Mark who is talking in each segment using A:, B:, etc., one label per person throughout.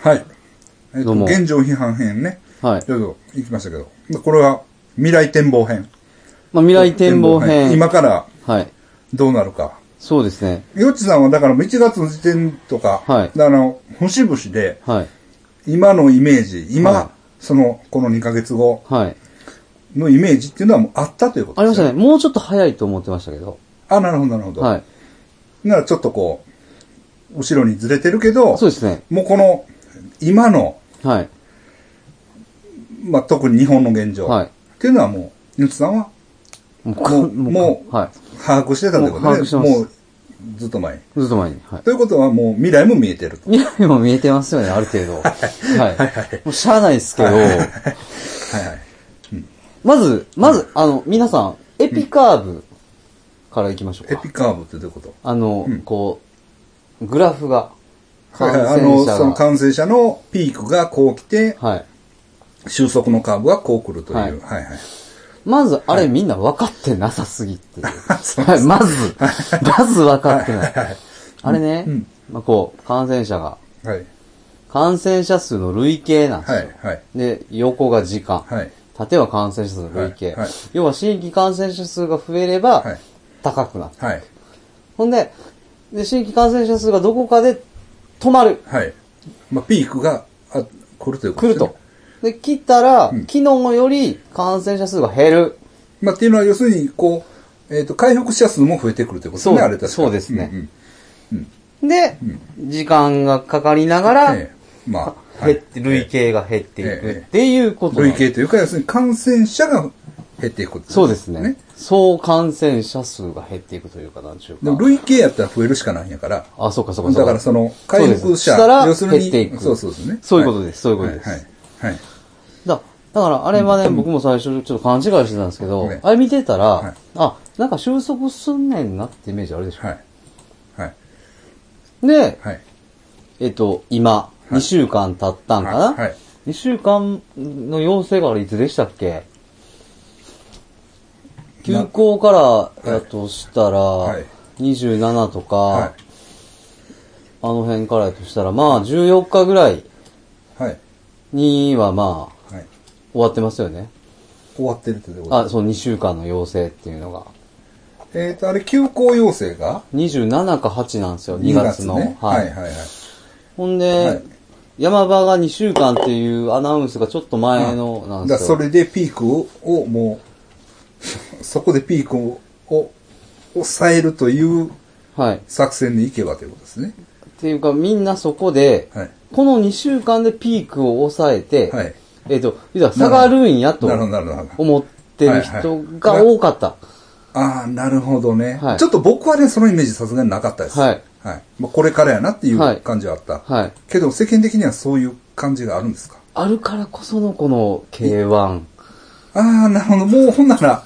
A: はい。えっ
B: ど
A: と、
B: うも
A: 現状批判編ね。
B: はい
A: ち。ょっと行きましたけど。まあこれは未来展望編。
B: まあ、未来展望編。
A: 今から
B: はい。
A: どうなるか。
B: そうですね。
A: よっちさんはだから1月の時点とか、
B: はい
A: あの、星々で、
B: はい。
A: 今のイメージ、今、
B: はい
A: その、この2ヶ月後
B: はい。
A: のイメージっていうのはもうあったということ
B: ありま
A: で
B: し
A: す
B: た
A: ね。
B: ね。もうちょっと早いと思ってましたけど。
A: あ、なるほど、なるほど。
B: はい。
A: ならちょっとこう、後ろにずれてるけど、
B: そうですね。
A: もうこの、今の、
B: はい。
A: まあ、特に日本の現状、
B: はい
A: っていうのはもう、ゆつさんは
B: もうこ
A: もうもう
B: は
A: 把握してたってこと
B: もう把
A: で、
B: 握してます
A: もうずっと前に。
B: い。ずっと前に。はい。
A: ということはもう未来も見えてると。
B: 未来も見えてますよね、ある程度。はい。もうしゃあないですけど、
A: はいはい。
B: まず、まず、あの、皆さん、エピカーブから行きましょう
A: エ
B: か
A: ピ。カーブってどういうこと
B: あの
A: うん、
B: こう、グラフが、
A: は
B: 感
A: いはい、あ
B: 染
A: の、
B: 者
A: その
B: が、
A: 感染者のピークがこう来て、
B: はい。
A: 収束のカーブがこう来るという。は
B: はいい
A: はい。
B: まず、あれみんな分かってなさすぎっていう。
A: そう
B: はい、ま ず、まず分かってない。あれね、
A: うん
B: まあ、こう、感染者が、
A: はい。
B: 感染者数の累計なんです
A: は
B: よ。
A: い。はい。
B: で、横が時間。
A: はい。
B: 縦は感染者数の累計。
A: はいはい
B: 要は、新規感染者数が増えれば
A: はい、
B: 高くなる。
A: はい。
B: ほんでで、新規感染者数がどこかで止まる。
A: はい。まあ、ピークが、あ、来るということ
B: 来
A: で
B: る
A: すね
B: と。。で、来たら、昨日より感染者数が減る。
A: まあ、っていうのは要するに、こう、えっ、と、回復者数も増えてくるということですね、
B: そう
A: あれ確か
B: そうですね
A: んん
B: で、時間がかかりながら、
A: ええまあ、は
B: 減っ
A: い。
B: て、累計が減ってい
A: ええ
B: くっていうことなん
A: 累
B: です
A: 計というか、要するに感染者が減っていくこと
B: そうですね。総感染者数が減っていくというか、なんちゅう
A: で
B: か
A: も。累計やったら増えるしかないんやから。
B: あ、そうかそうかそう
A: だ
B: か。
A: からその、
B: そう
A: 回
B: です
A: 復者、
B: したら
A: 要するに、
B: 減っていく
A: そうそうですね。
B: そういうことですそういうことです
A: はい。はい。はい
B: だだから、あれはね、僕も最初ちょっと勘違いしてたんですけど、
A: ね
B: あれ見てたら、
A: はい
B: あ、なんか収束すんねんなってイメージあるでしょ。
A: はい。はい。
B: で、
A: はい。
B: えっと、今、2週間経ったんかな、
A: はいはい
B: ?2 週間の陽性があれいつでしたっけ休校からやとしたら、
A: い
B: 27とか、
A: は
B: あの辺からやとしたら、まあ14日ぐらい
A: い。はい。
B: にはまあ、
A: はい。
B: 終わってますよね。
A: 終わってるってこと
B: あ、そう、2週間の陽性っていうのが。
A: えっ、と、あれ、休校要請が
B: 27か8なんですよ、2月の。
A: ね。はいはいはい。
B: ほんで、
A: はい
B: 山場が2週間っていうアナウンスがちょっと前のなん
A: だか
B: で
A: ら
B: すよ。
A: それでピークを、をもう、 そこでピークを、を抑えるという
B: はい。っ
A: 作戦に行けばということですね。
B: ていうか、みんなそこで、
A: はい
B: この2週間でピークを抑えて、
A: はい
B: えっ、と、言うたら下がるんやと
A: なるほどなるほどなるほど
B: 思ってる人が多かった。
A: ああ、なるほどね、
B: はい
A: ちょっと僕はね、そのイメージさすがになかったです。
B: はい。
A: はい。まあ、これからやなってい
B: は
A: う
B: い
A: 感じはあった。
B: はい
A: けど、世間的にはそういう感じがあるんですか
B: あるからこそのこの K1。
A: ああ、なるほど。もうほんなら、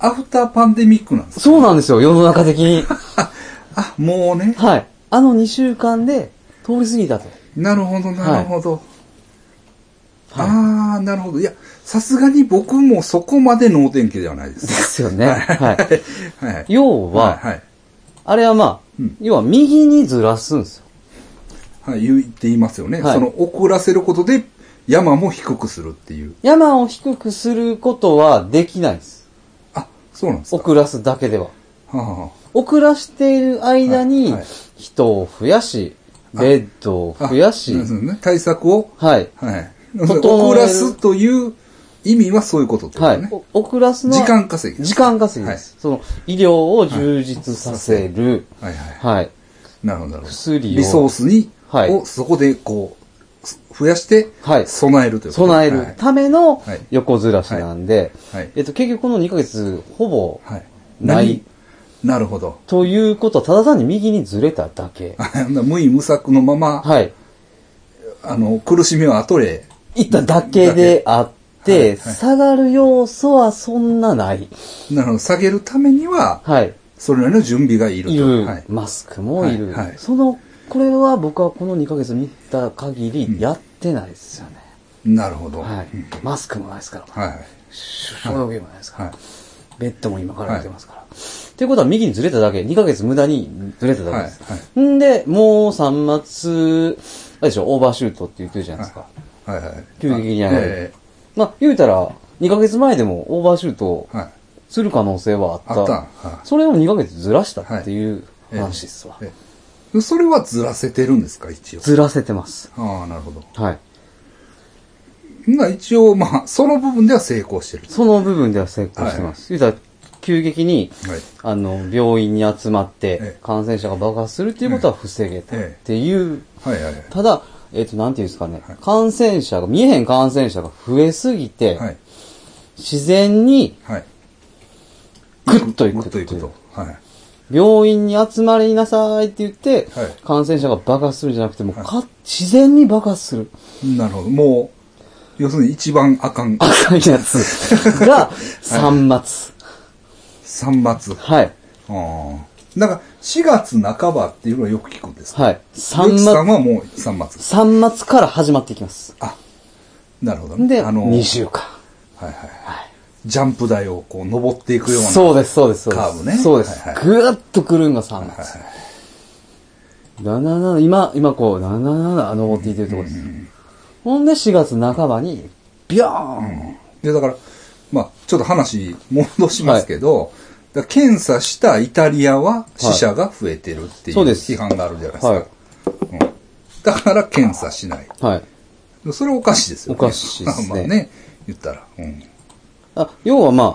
A: アフターパンデミックなんです
B: そうなんですよ、世の中 的に。
A: あ、もうね。
B: はい。あの2週間で通り過ぎたと。
A: なるほど、なるほど。
B: はい
A: ああ、なるほど。いや、さすがに僕もそこまで脳天気ではないで。
B: です すよね。はい。
A: はい。はい
B: 要は、
A: はい。
B: あれはまあ、
A: うん
B: 要は右にずらすんですよ。
A: はい、言って言いますよね。
B: はい
A: その遅らせることで山も低くするっていう。
B: 山を低くすることはできないんです。
A: あ、そうなんですか。
B: 遅らすだけでは。
A: はあは
B: 遅らしている間に
A: はいはい、
B: 人を増やし、ベッドを
A: あ、
B: 増やし
A: な、るほどね、対策を、
B: はい。
A: はい。
B: 整える
A: 遅らすという意味はそういうことってこと
B: は
A: ね
B: い。。お遅らすのは
A: 時間稼ぎ。
B: 時間稼ぎです。その、医療を充実させる。
A: はいはい。
B: はい。
A: なるほど、なるほど。
B: 薬を
A: リソースに、
B: はい
A: をそこでこう、す増やして
B: は、い
A: 備えるということ、
B: 備える
A: はい
B: ための
A: はい
B: 横ずらしなんで
A: はいはい、
B: えっと、結局この2ヶ月、ほぼ、
A: はい。
B: ない
A: 何なるほど。
B: ということは、ただ単に右にずれただけ。
A: あんな無意無策のまま、
B: はい。
A: あの、苦しみは後で、
B: 行っただけであって、
A: はいはい
B: 下がる要素はそんなない。
A: なるほど、下げるためには、
B: はい。
A: それなりの準備がいると。
B: いる。
A: はい。
B: マスクもいる。
A: はいはい
B: その、これは僕はこの2ヶ月見た限りやってないですよね。
A: なるほど。
B: はい
A: うん。
B: マスクもないですから。
A: はい。
B: 消毒もないですから。
A: はい
B: ベッドも今から出てますから。っっていうことは右にずれただけ、2ヶ月無駄にずれただけです。
A: はいは
B: んで、もう3末、あれでしょ、オーバーシュートって言ってるじゃないですか。
A: はいはい。
B: 急激に上がる
A: え
B: まあ、言うたら、2ヶ月前でもオーバーシュート
A: えはい。
B: する可能性はあった。
A: あったはい
B: それを2ヶ月ずらしたっていう話ですわ。
A: ええそれはずらせてるんですか、一応。
B: ずらせてます。
A: ああ、なるほど。
B: はい。
A: まあ一応、まあ、その部分では成功してる。
B: その部分では成功してます。言うたら、急激に、
A: はい。
B: あの、病院に集まって
A: え、
B: 感染者が爆発するっていうことは防げたっていう、
A: はいはいはい。
B: ただ、えっ、と、なんていうんですかね
A: はい、
B: 感染者が、見えへん感染者が増えすぎて、
A: はい。
B: 自然に
A: はい。
B: グッといく
A: ぐっ
B: っ
A: てと
B: い
A: いく
B: う
A: と。。はい。
B: 病院に集まりなさいって言って、
A: はい
B: 感染者が爆発するんじゃなくて、もうか、自然に爆発する。
A: なるほど。もう、要するに一番あかん、
B: 赤いやつが、三末。
A: 三末。
B: はい。
A: ああ。なんか、4月半ばっていうのはよく聞くんです。
B: はい。
A: 三
B: 三
A: 末。さ
B: 末
A: ん、はもう三末。
B: 三末から始まっていきます。
A: あ、なるほどね。
B: で、
A: あの、
B: 2週間。
A: はいはい。ジャンプ台をこう、登っていくような。
B: そうです、そうです、そうです。
A: カーブね
B: そうです
A: はい。はい
B: ぐーっとくるんが3
A: はい
B: 月。
A: はいはい
B: 77、今、今こう、77登っていってるところです。ほんで、4月半ばに、ビョーン
A: で、だから、まあ、ちょっと話戻しますけど、だから検査したイタリアは死者が増えてるっていう
B: そうです
A: 批判があるじゃないですか。
B: はい。
A: だから検査しない。
B: はい。
A: それおかしいですよね。
B: おかしいですね
A: まあね、言ったら。うん。
B: あ、要はまあ、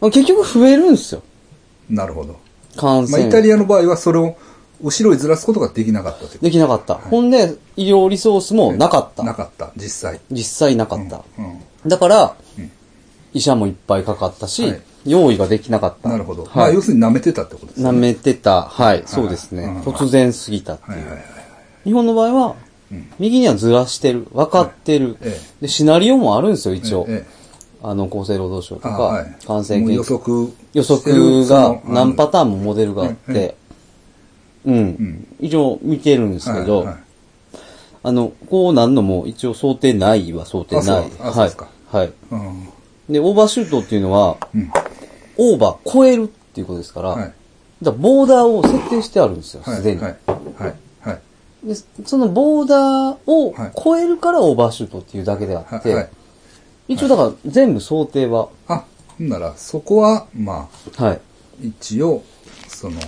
B: まあ結局増えるんですよ。
A: なるほど。
B: 感
A: まあ、
B: 染。
A: イタリアの場合はそれを後ろにずらすことができなかったという
B: できなかった。ほんで、医療リソースもなかった。
A: なかった、実際。
B: 実際なかった。
A: うん。
B: だから、医者もいっぱいかかったし、
A: はい
B: 用意ができなかった。
A: なるほど。ま
B: は
A: あ、
B: い
A: 要。するに舐めてたってことですね。
B: 舐めてた。はい、そうですね。
A: うん
B: 突然過ぎたってい
A: は
B: う。
A: いはいはい。
B: 日本の場合は、右にはずらしてる。分かってる、
A: え
B: で、シナリオもあるんですよ、一応。
A: ええ
B: あの、厚生労働省とか、
A: あはい
B: 感染
A: もう
B: 研
A: 予
B: 究
A: 測。
B: 予測が何パ
A: タ
B: ターンもモデルがあって、うん、一応見てるんですけど、
A: はいはい
B: あの、こうなんのも一応想定内は想定
A: あ
B: 内。
A: そうあそうですか
B: はい。はい。
A: うん
B: で、オーバーシュートっていうのは、
A: うん
B: オーバー超えるっていうことですから、
A: はい
B: だからボーダーを設定してあるんですよ、
A: はい
B: すでに、
A: はい。はい。はい。
B: で。そのボーダーを
A: はい
B: 超えるからオーバーシュートっていうだけであっ
A: はい
B: て、
A: はい。
B: 一応だから全部想定は、
A: あ、ほんなら、そこは、まあ、
B: はい。
A: 一応、その、ど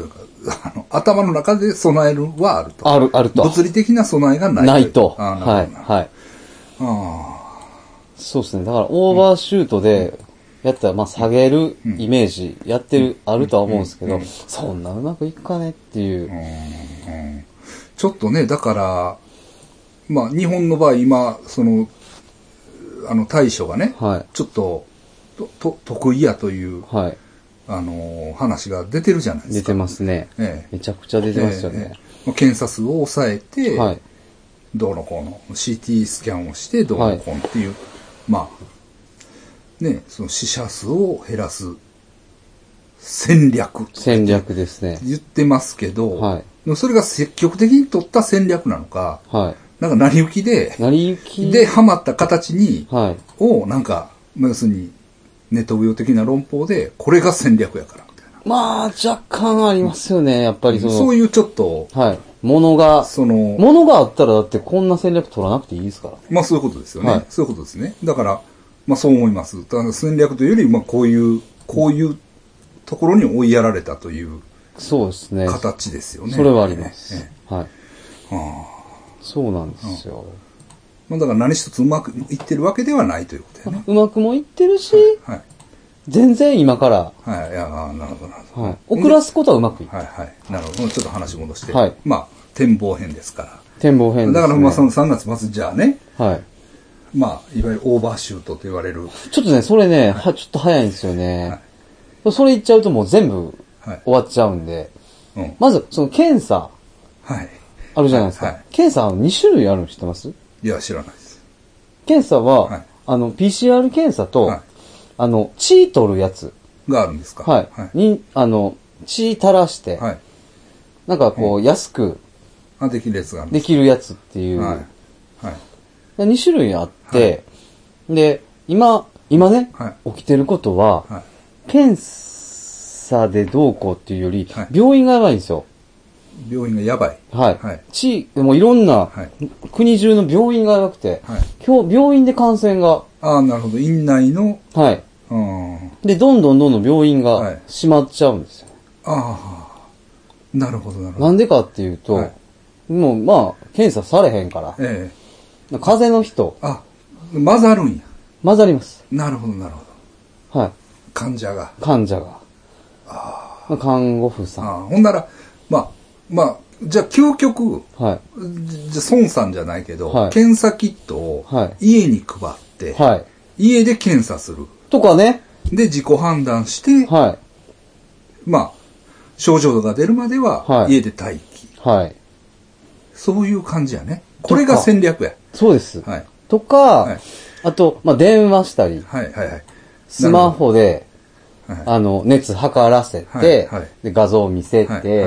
A: ういうか、あの、頭の中で備えるはあると。
B: ある、あると。
A: 物理的な備えがない
B: ないと。
A: あ
B: は、
A: ないるほどな
B: はい。
A: あ
B: そうですね。だから、オーバーシュートで、やったら、まあ、下げるイメージ、やってる、あるとは思うんですけど、そんなうまくいくかねっていう。
A: ーちょっとね、だから、まあ、日本の場合、今、その、あの、対処がね、
B: は
A: ちょっと、と、と得意やという、
B: い。はい。
A: あのー話が出てるじゃないで
B: 出
A: すか。
B: てますね。
A: ええ
B: めちゃくちゃ出てますよ
A: えええ
B: ね。
A: えまあ検査数を抑えて、
B: はい。
A: どうのこうの、CT スキャンをしてどうのこうのっていう、まあ、ね、その死者数を減らす戦略と
B: 戦略ですね。
A: 言ってますけど、
B: はい
A: でもそれが積極的に取った戦略なのか、
B: は
A: なんか成り行きで
B: い。、成り行き。
A: で、、ハマった形に、
B: はい。
A: を、なんか、まあ要するに、ネット病的な論法で、これが戦略やから、みたいな。
B: まあ、若干ありますよね、やっぱりその。
A: そういうちょっと、
B: はい。ものが、
A: その、
B: ものがあったらだってこんな戦略取らなくていいですから。
A: まあそういうことですよね。
B: はい
A: そういうことですね。だから、まあそう思います。だから戦略というより、まあこういう、こういうところに追いやられたという
B: そうですね。
A: 形ですよね。
B: それはありま
A: ええ
B: す
A: ええ。
B: はい。そうなんですよ。
A: まあだから何一つうまくいってるわけではないということだよね。
B: うまくもいってるし、
A: はい。
B: 全然今から、
A: はい。いや、あーなるほど、なるほど。
B: はい、遅らすことはうまくいく。
A: はい、はい。なるほど。ちょっと話戻して。
B: はい
A: まあ、展望編ですから。
B: 展望編です、ね。
A: だからまあその3月末じゃあね、
B: はい。
A: まあ、いわゆるオーバーシュートと言われる。
B: ちょっとね、それね、は、ちょっと早いんですよね。それ言っちゃうともう全部
A: はい
B: 終わっちゃうんで。
A: うん。
B: まず、その検査、
A: はい。
B: あるじゃないですか。
A: はい
B: 検査は2種類あるの知ってます
A: いや、知らないです。
B: 検査は、
A: はい
B: あの、PCR 検査と、
A: はい
B: あの、血取るやつ。
A: があるんですか
B: はい。に、あの、血垂らして、
A: はい。
B: なんかこう、安く
A: あ、できるやつがあるん
B: できるやつっていう。
A: はい。はい。
B: で2種類あって、で、今、今ね、
A: は
B: 起きてることは、
A: はい。
B: 検査でどうこうっていうより、
A: はい
B: 病院がやばいんですよ。
A: 病院がやばい。
B: はい。
A: はい
B: 地域、もういろんな、
A: はい
B: 国中の病院がやばくて、
A: はい
B: 今日、病院で感染が、
A: ああ、なるほど。院内の、
B: はい。
A: うん、
B: で、どんどんどんどん病院
A: は
B: が
A: い
B: 閉まっちゃうんですよ。
A: ああ、なるほど、なるほ
B: な
A: ど。
B: んでかっていうと、
A: はい
B: もうまあ、検査されへんから、
A: ええ
B: 風邪の人、
A: あ、混ざるんや。
B: 混ざります。
A: なるほど、なるほど。
B: はい。
A: 患者が。
B: 患者が。まあ看護婦さん。
A: ああほんなら、まあ、まあ、じゃあ究極、
B: はい。
A: じじゃあ孫さんじゃないけど、
B: はい
A: 検査キットを
B: は
A: 家に配って、
B: はい。
A: 家で検査する。
B: とかね、
A: で、自己判断して、
B: は
A: まあ、症状が出るまでは
B: はい
A: 家で待機。
B: い。はい。
A: そういう感じやね。これが
B: とか
A: 戦略や。
B: そうです。
A: はい。
B: とか、
A: はい
B: あと、まあ、電話したり、
A: はいはいはい。
B: スマホで、
A: なるほど。はい
B: あの、熱測らせて、
A: はいはい
B: で画像を見せて、
A: はい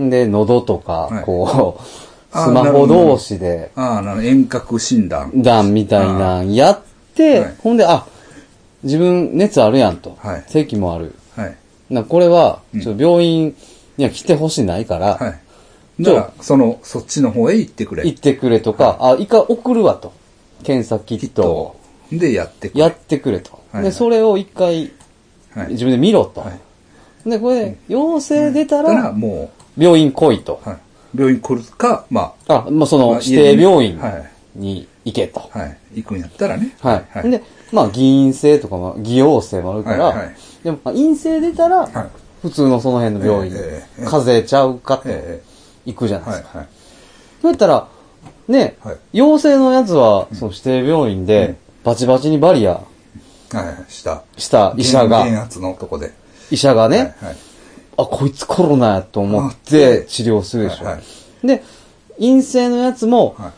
A: は
B: で、喉とか、
A: はい
B: こう、
A: あー
B: スマホ同士で、
A: ああ、なるほど遠隔診断。
B: 段みたいなんやって、
A: はい
B: ほんで、あ、自分熱あるやんと。
A: はい
B: 咳もある。
A: はい。
B: なこれは、ちょっと病院には来てほしないから、
A: はい。だから、その、そっちの方へ行ってくれ。
B: 行ってくれとか、あ、一回送るわと。検査キットを
A: で、やってくれ。
B: やってくれと。
A: はいは
B: で、
A: い
B: それを一回
A: はい。
B: 自分で見ろと。
A: はい
B: で、これ、陽性出た
A: だから、
B: ら、
A: も
B: 病院来いと。
A: う、はい。病院来るか、ま
B: あ、まあ、その
A: まあ
B: 指定病院
A: はい
B: に行けと。
A: あ、はい。行くんやったらね。
B: はい。
A: はい。
B: で、まあ、偽陰性とかも、偽陽性もあるから、
A: はいはい
B: でも、まあ、陰性出たら、
A: はい
B: 普通のその辺の病院、
A: ええええ
B: 風邪ちゃうかと
A: ええ
B: 行くじゃないで
A: は
B: す
A: い。
B: か。
A: はい。
B: そうやったら、ね、
A: はい
B: 陽性のやつは、その指定病院で、
A: うん
B: バチバチにバリア
A: はい。した。
B: した医者
A: 減
B: が、
A: 圧のとこで。
B: 医者がね、
A: はい。はい。
B: あ、こいつコロナやと思っ
A: あ
B: て治療するでしょ。
A: はいは
B: で、陰性のやつも、
A: はい
B: あ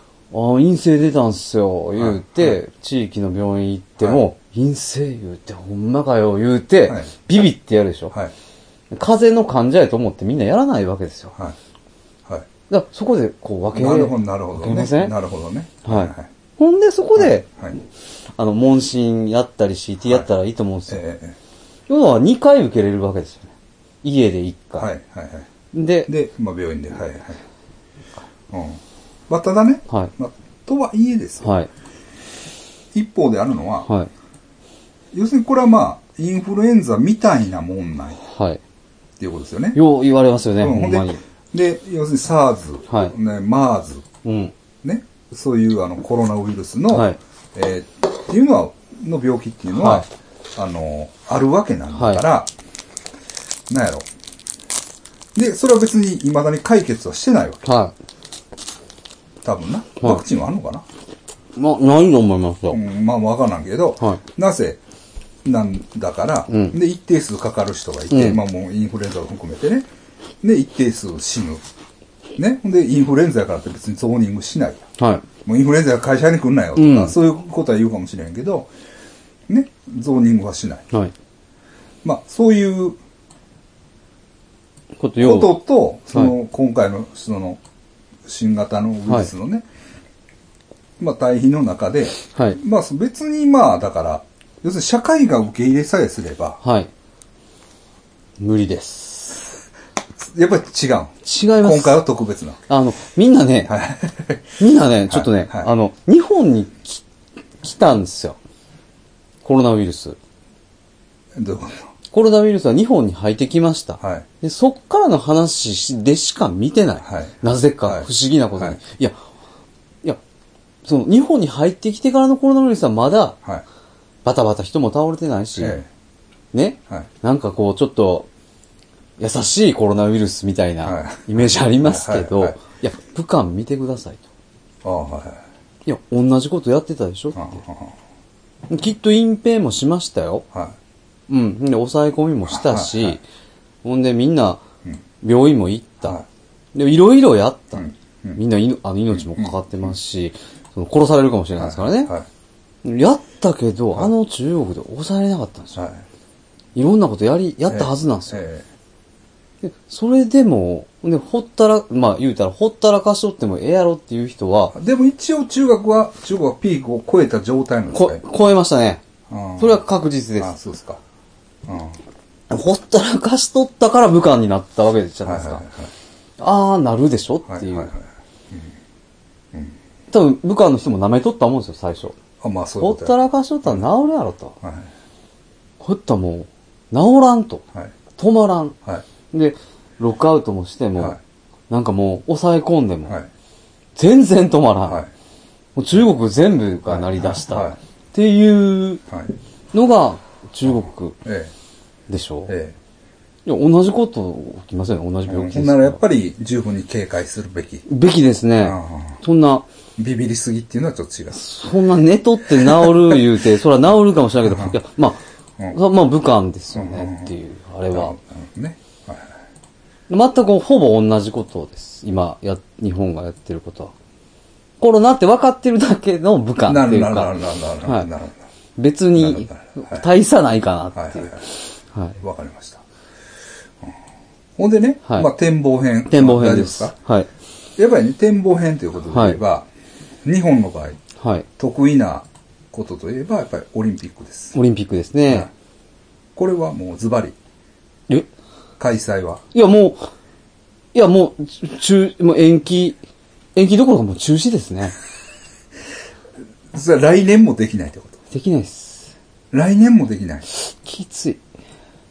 B: 陰性出たんすよ、言うて、
A: はい
B: 地域の病院行っても、陰性言うて、ほんまかよ、言うて、
A: はい
B: ビビってやるでしょ。
A: はい。
B: 風邪の患者やと思ってみんなやらないわけですよ。
A: はい。はい。
B: だからそこで、こう分け、
A: なるほど、なるほ
B: 分
A: ど
B: けませ
A: ね。
B: ん
A: なるほどね。
B: はい。ほんで、そこ
A: い。
B: で、
A: はい。
B: あの、問診やったり CT やったらいいと思うんですよ。
A: えええ
B: 要は2回受けれるわけですよね。家で1
A: え
B: 回。
A: はい。はい。はい。
B: で、
A: で、まあ、病院で、はいはい。うん。まあ、ただね、
B: はい
A: まあ、とはいえですよ、
B: はい。
A: 一方であるのは、
B: はい。
A: 要するにこれはまあ、インフルエンザみたいなもんないっ
B: はい。
A: ていうことですよね。
B: よう言われますよね、
A: うん
B: ほんまに。
A: で、で要するに SARS、
B: はい
A: ね、MERS、
B: うん。
A: ね、そういうあのコロナウイルスの、
B: はい
A: えーっていうのは、の病気っていうのは、
B: はい
A: あの、あるわけなんだから、なんやろ。で、それは別に未だに解決はしてないわけ。
B: は
A: 多分な。ワクチンはあるのかな、
B: い。ま、ないと思いますよ。
A: うん、まあわからんけど、
B: は
A: なぜなんだから、
B: うん
A: で一定数かかる人がいて、
B: うん
A: まあもうインフルエンザを含めてねで一定数死ぬねほんでインフルエンザやからって別にゾーニングしない
B: は
A: もうインフルエンザが会社に来んなよとか、
B: うん
A: そういうことは言うかもしれんけどねゾーニングはしない
B: い。はい。
A: まあそういう
B: こと
A: こ
B: よ
A: と
B: う。
A: とその、今回のその新型のウイルスのね、まあ対比の中で
B: はい。
A: まあ別にまあだから、要するに社会が受け入れさえすれば、
B: はい。無理です。
A: やっぱり違う。
B: 違います。
A: 今回は特別な。
B: あの、みんなね、
A: はい。
B: みんなね、ちょっとね、
A: はい
B: あの、日本にき来たんですよ。コロナウイルス。
A: どういうこ
B: コロナウイルスは日本に入ってきました。
A: とはい。
B: でそっからの話でしか見てない。
A: はい
B: なぜか
A: はい
B: 不思議なことに、
A: はい
B: い、や、いや、その日本に入ってきてからのコロナウイルスはまだ
A: はい。
B: バタバタ人も倒れてないし、
A: え
B: ね、
A: はい
B: なんかこうちょっと優しいコロナウイルスみたい
A: は
B: なイメージありますけ
A: は
B: ど、
A: い
B: い
A: はいはい
B: や、武漢見てください
A: えあ
B: と。
A: あ、はいはい。
B: いや、同じことやってたでしょ
A: あ
B: きっと隠蔽もしましたよ。
A: あは
B: うん。で、抑え込みもしたし、
A: はいはい
B: ほんでみんな
A: うん
B: 病院も行っ
A: い。
B: た。
A: はい
B: で、いろいろやった。
A: うんうん
B: みんないのあの命もかかってますし、その殺されるかもしれないですからね。
A: はい。
B: やったけど、あの中国で抑えれなかったんですよ。
A: はい。
B: い、ろんなことやり、やったはずなんですよ。
A: え
B: でそれでも、で、ほったら、まあ言うたら、ほったらかしとってもええやろっていう人は
A: え、でも一応中学は、中国はピークを超えた状態なんです
B: こ
A: ね。、
B: 超えましたね
A: あ。ー
B: それは確実で
A: ああ、
B: す。
A: そうですか。うん
B: ほったらかしとったから武漢になったわけじゃないですか。
A: はい
B: ああ、なるでしょ
A: は
B: って
A: い
B: いう。
A: はいはいはい
B: 多分武漢の人も舐めとったもんですよ、最初。
A: あまあそうい
B: ほ
A: う
B: っ
A: こと
B: た
A: や
B: らかしとったら治るやろと。
A: は
B: ほったらもう、治らんと。
A: いはい
B: 止まらん。
A: はい
B: で、ロックアウトもしても、
A: はい
B: なんかもう抑え込んでも、
A: はい
B: 全然止まらん。
A: はい
B: もう中国全部が成り出した。
A: はいはい
B: っていう
A: はい
B: のが中国
A: え
B: でしょ、
A: ええ
B: いや同じこと起きませんね同じ
A: え
B: 病気
A: ほ
B: で
A: ん
B: す
A: な
B: よ
A: らやっぱり十分に警戒するべき
B: べきですね
A: あ。
B: そんな、
A: ビビりすぎっていうのはちょっと違う
B: そんな寝とって治る言うて、そら治るかもしれないけど、いやまあ、そまあ武漢ですよねっていう、あれは。
A: なるほどねはいはい
B: 全くほぼ同じことです。今、や、日本がやってることは。コロナって分かってるだけの武漢
A: な
B: ってい
A: るなる
B: う
A: なるな
B: か、
A: るなる
B: は
A: な
B: い
A: るなる
B: 別に
A: なるなるはい
B: 大差ないかな
A: はい
B: っ
A: は
B: てい
A: いは
B: う。
A: い
B: はい。
A: わかりました。うんほんでね、
B: はい
A: まあ展望編。
B: 展望編
A: 大丈夫
B: です。はい。
A: かやっぱりね、展望編ということで言えば、日本の場合、
B: はい。
A: 得意なことといえば、やっぱりオリンピックです。
B: オリンピックです
A: は
B: ね
A: い。これはもうズバリ、
B: え
A: 開催は。
B: いや、もう、いや、もう、中、もう延期、延期どころかもう中止ですね。
A: それは来年もできないってこと。
B: できないです。
A: 来年もできない。
B: きつい。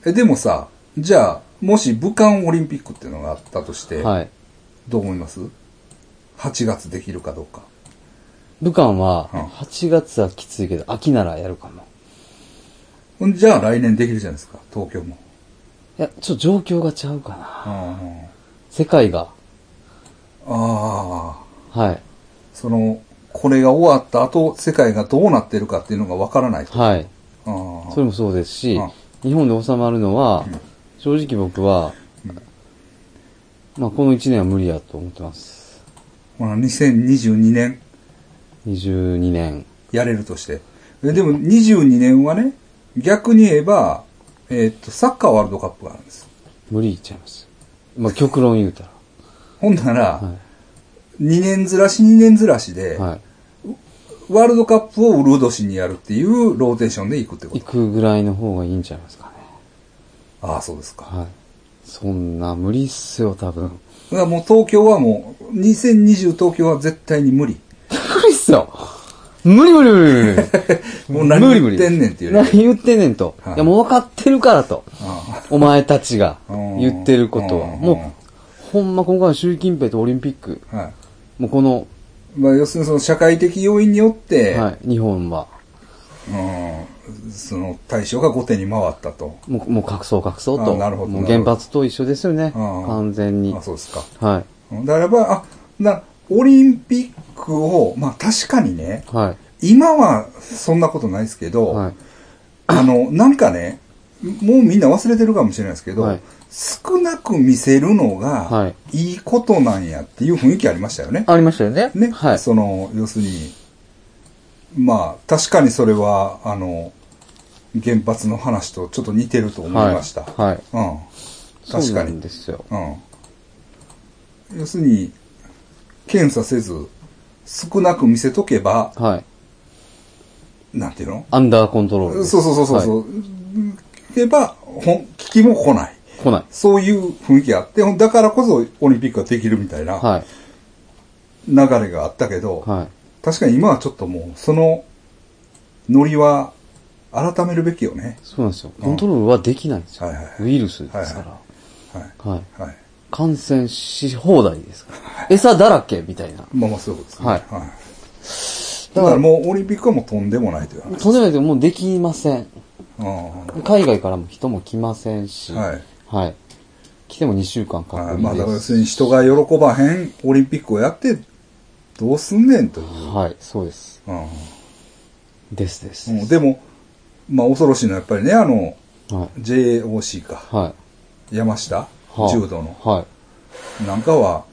A: えでもさ、じゃあ、もし武漢オリンピックっていうのがあったとして、
B: はい。
A: どう思います ?8 月できるかどうか。
B: 武漢は、
A: うん
B: 8月はきついけど、秋ならやるかも。
A: ほんじゃあ来年できるじゃないですか、東京も。
B: いや、ちょっと状況がちゃうかな。
A: あ
B: 世界が。
A: あー。
B: はい。
A: その、これが終わった後、世界がどうなってるかっていうのがわからないと。
B: はい。
A: あー
B: それもそうですし
A: うん、
B: 日本で収まるのは、正直僕は、まあ、この1年は無理やと思ってます。
A: ほら2022年
B: 22年。
A: やれるとして。えでも22年はね、逆に言えば、えーっと、サッカーワールドカップがあるんです。
B: 無理言っちゃいます。まあ、極論言うたら。
A: ほんなら、
B: は
A: 2年ずらし2年ずらし
B: い。
A: で、
B: はい。
A: ワールドカップをウルード氏にやるっていうローテーションで行くってこ
B: 行
A: と。
B: くぐらいの方がいいんちゃいますかね。
A: ああ、そうですか。
B: はい。そんな無理っすよ、多分。
A: だからもう東京はもう、2020東京は絶対に無理。
B: 無理っすよ無理無理無理無理
A: もう何
B: 無理
A: 言
B: 無理
A: ってんねんっていう
B: 何言ってんねんと。
A: はい
B: いや、もう分かってるからと。
A: あ
B: お前たちが
A: うん
B: 言ってることは。
A: うん
B: もう、ほんま今回の習近平とオリンピック。
A: あはい。
B: もうこの、
A: まあ、要するにその社会的要因によって、
B: はい、日本は、
A: うん、その対象が後手に回ったと。
B: もう、もう隠そう隠そうと。
A: あなるほど
B: も
A: な
B: う
A: るほ
B: 原
A: ど
B: 発と一緒ですよね。
A: うん
B: 完全に
A: あ、。そうですか。
B: は
A: うんだからば、あ、な、オリンピックを、まあ確かにね、
B: い。はい。
A: 今はそんなことないですけど、
B: はい。
A: あの、なんかね、もうみんな忘れてるかもしれないですけど、
B: はい
A: 少なく見せるの
B: は
A: が、いいことなんやっていう雰囲気ありましたよね。
B: ありましたよね。
A: ね、
B: はい。
A: その、要するに、まあ、確かにそれは、あの、原発の話とちょっと似てると思いました。
B: はい。はい
A: うん。確
B: そうな
A: か
B: ん
A: に。
B: ですよ。
A: うん。要するに、検査せず、少なく見せとけば、
B: はい。
A: なんていうの
B: アンダーコントロール
A: そう
B: です。
A: そうそうそう。そうけば、ほん、危機も来ない。
B: はい来ない。
A: そういう雰囲気があって、ほんだからこそオリンピックができるみたいな
B: はい。
A: 流れがあったけど、
B: はい。
A: 確かに今はちょっともう、その、ノリは、改めるべきよね。
B: そうなんですよ。コントロールはできないんですよ。
A: はいはい
B: ウイルスですから。
A: は
B: は
A: はい。
B: い、
A: はい。
B: 感染し放題ですから。餌だらけみたいな。
A: まあまあ、そういうことですね。
B: は
A: だ
B: い
A: からもう、オリンピックはもうとんでもないという話。
B: とんでもないけど、もうできません。
A: うん
B: 海外からも人も来ませんし。
A: はい。
B: はい。来ても2週間隔
A: は
B: 離
A: い
B: です。
A: まあ、だから要するに人が喜ばへんオリンピックをやって、どうすんねんという。
B: はい、そうです。
A: う
B: ですです。
A: んうん。でも、まあ、恐ろしいのはやっぱりね、あの、
B: はい。
A: JOC か。
B: はい。
A: 山下、
B: はあ
A: 柔道の。
B: はい。
A: なんかは、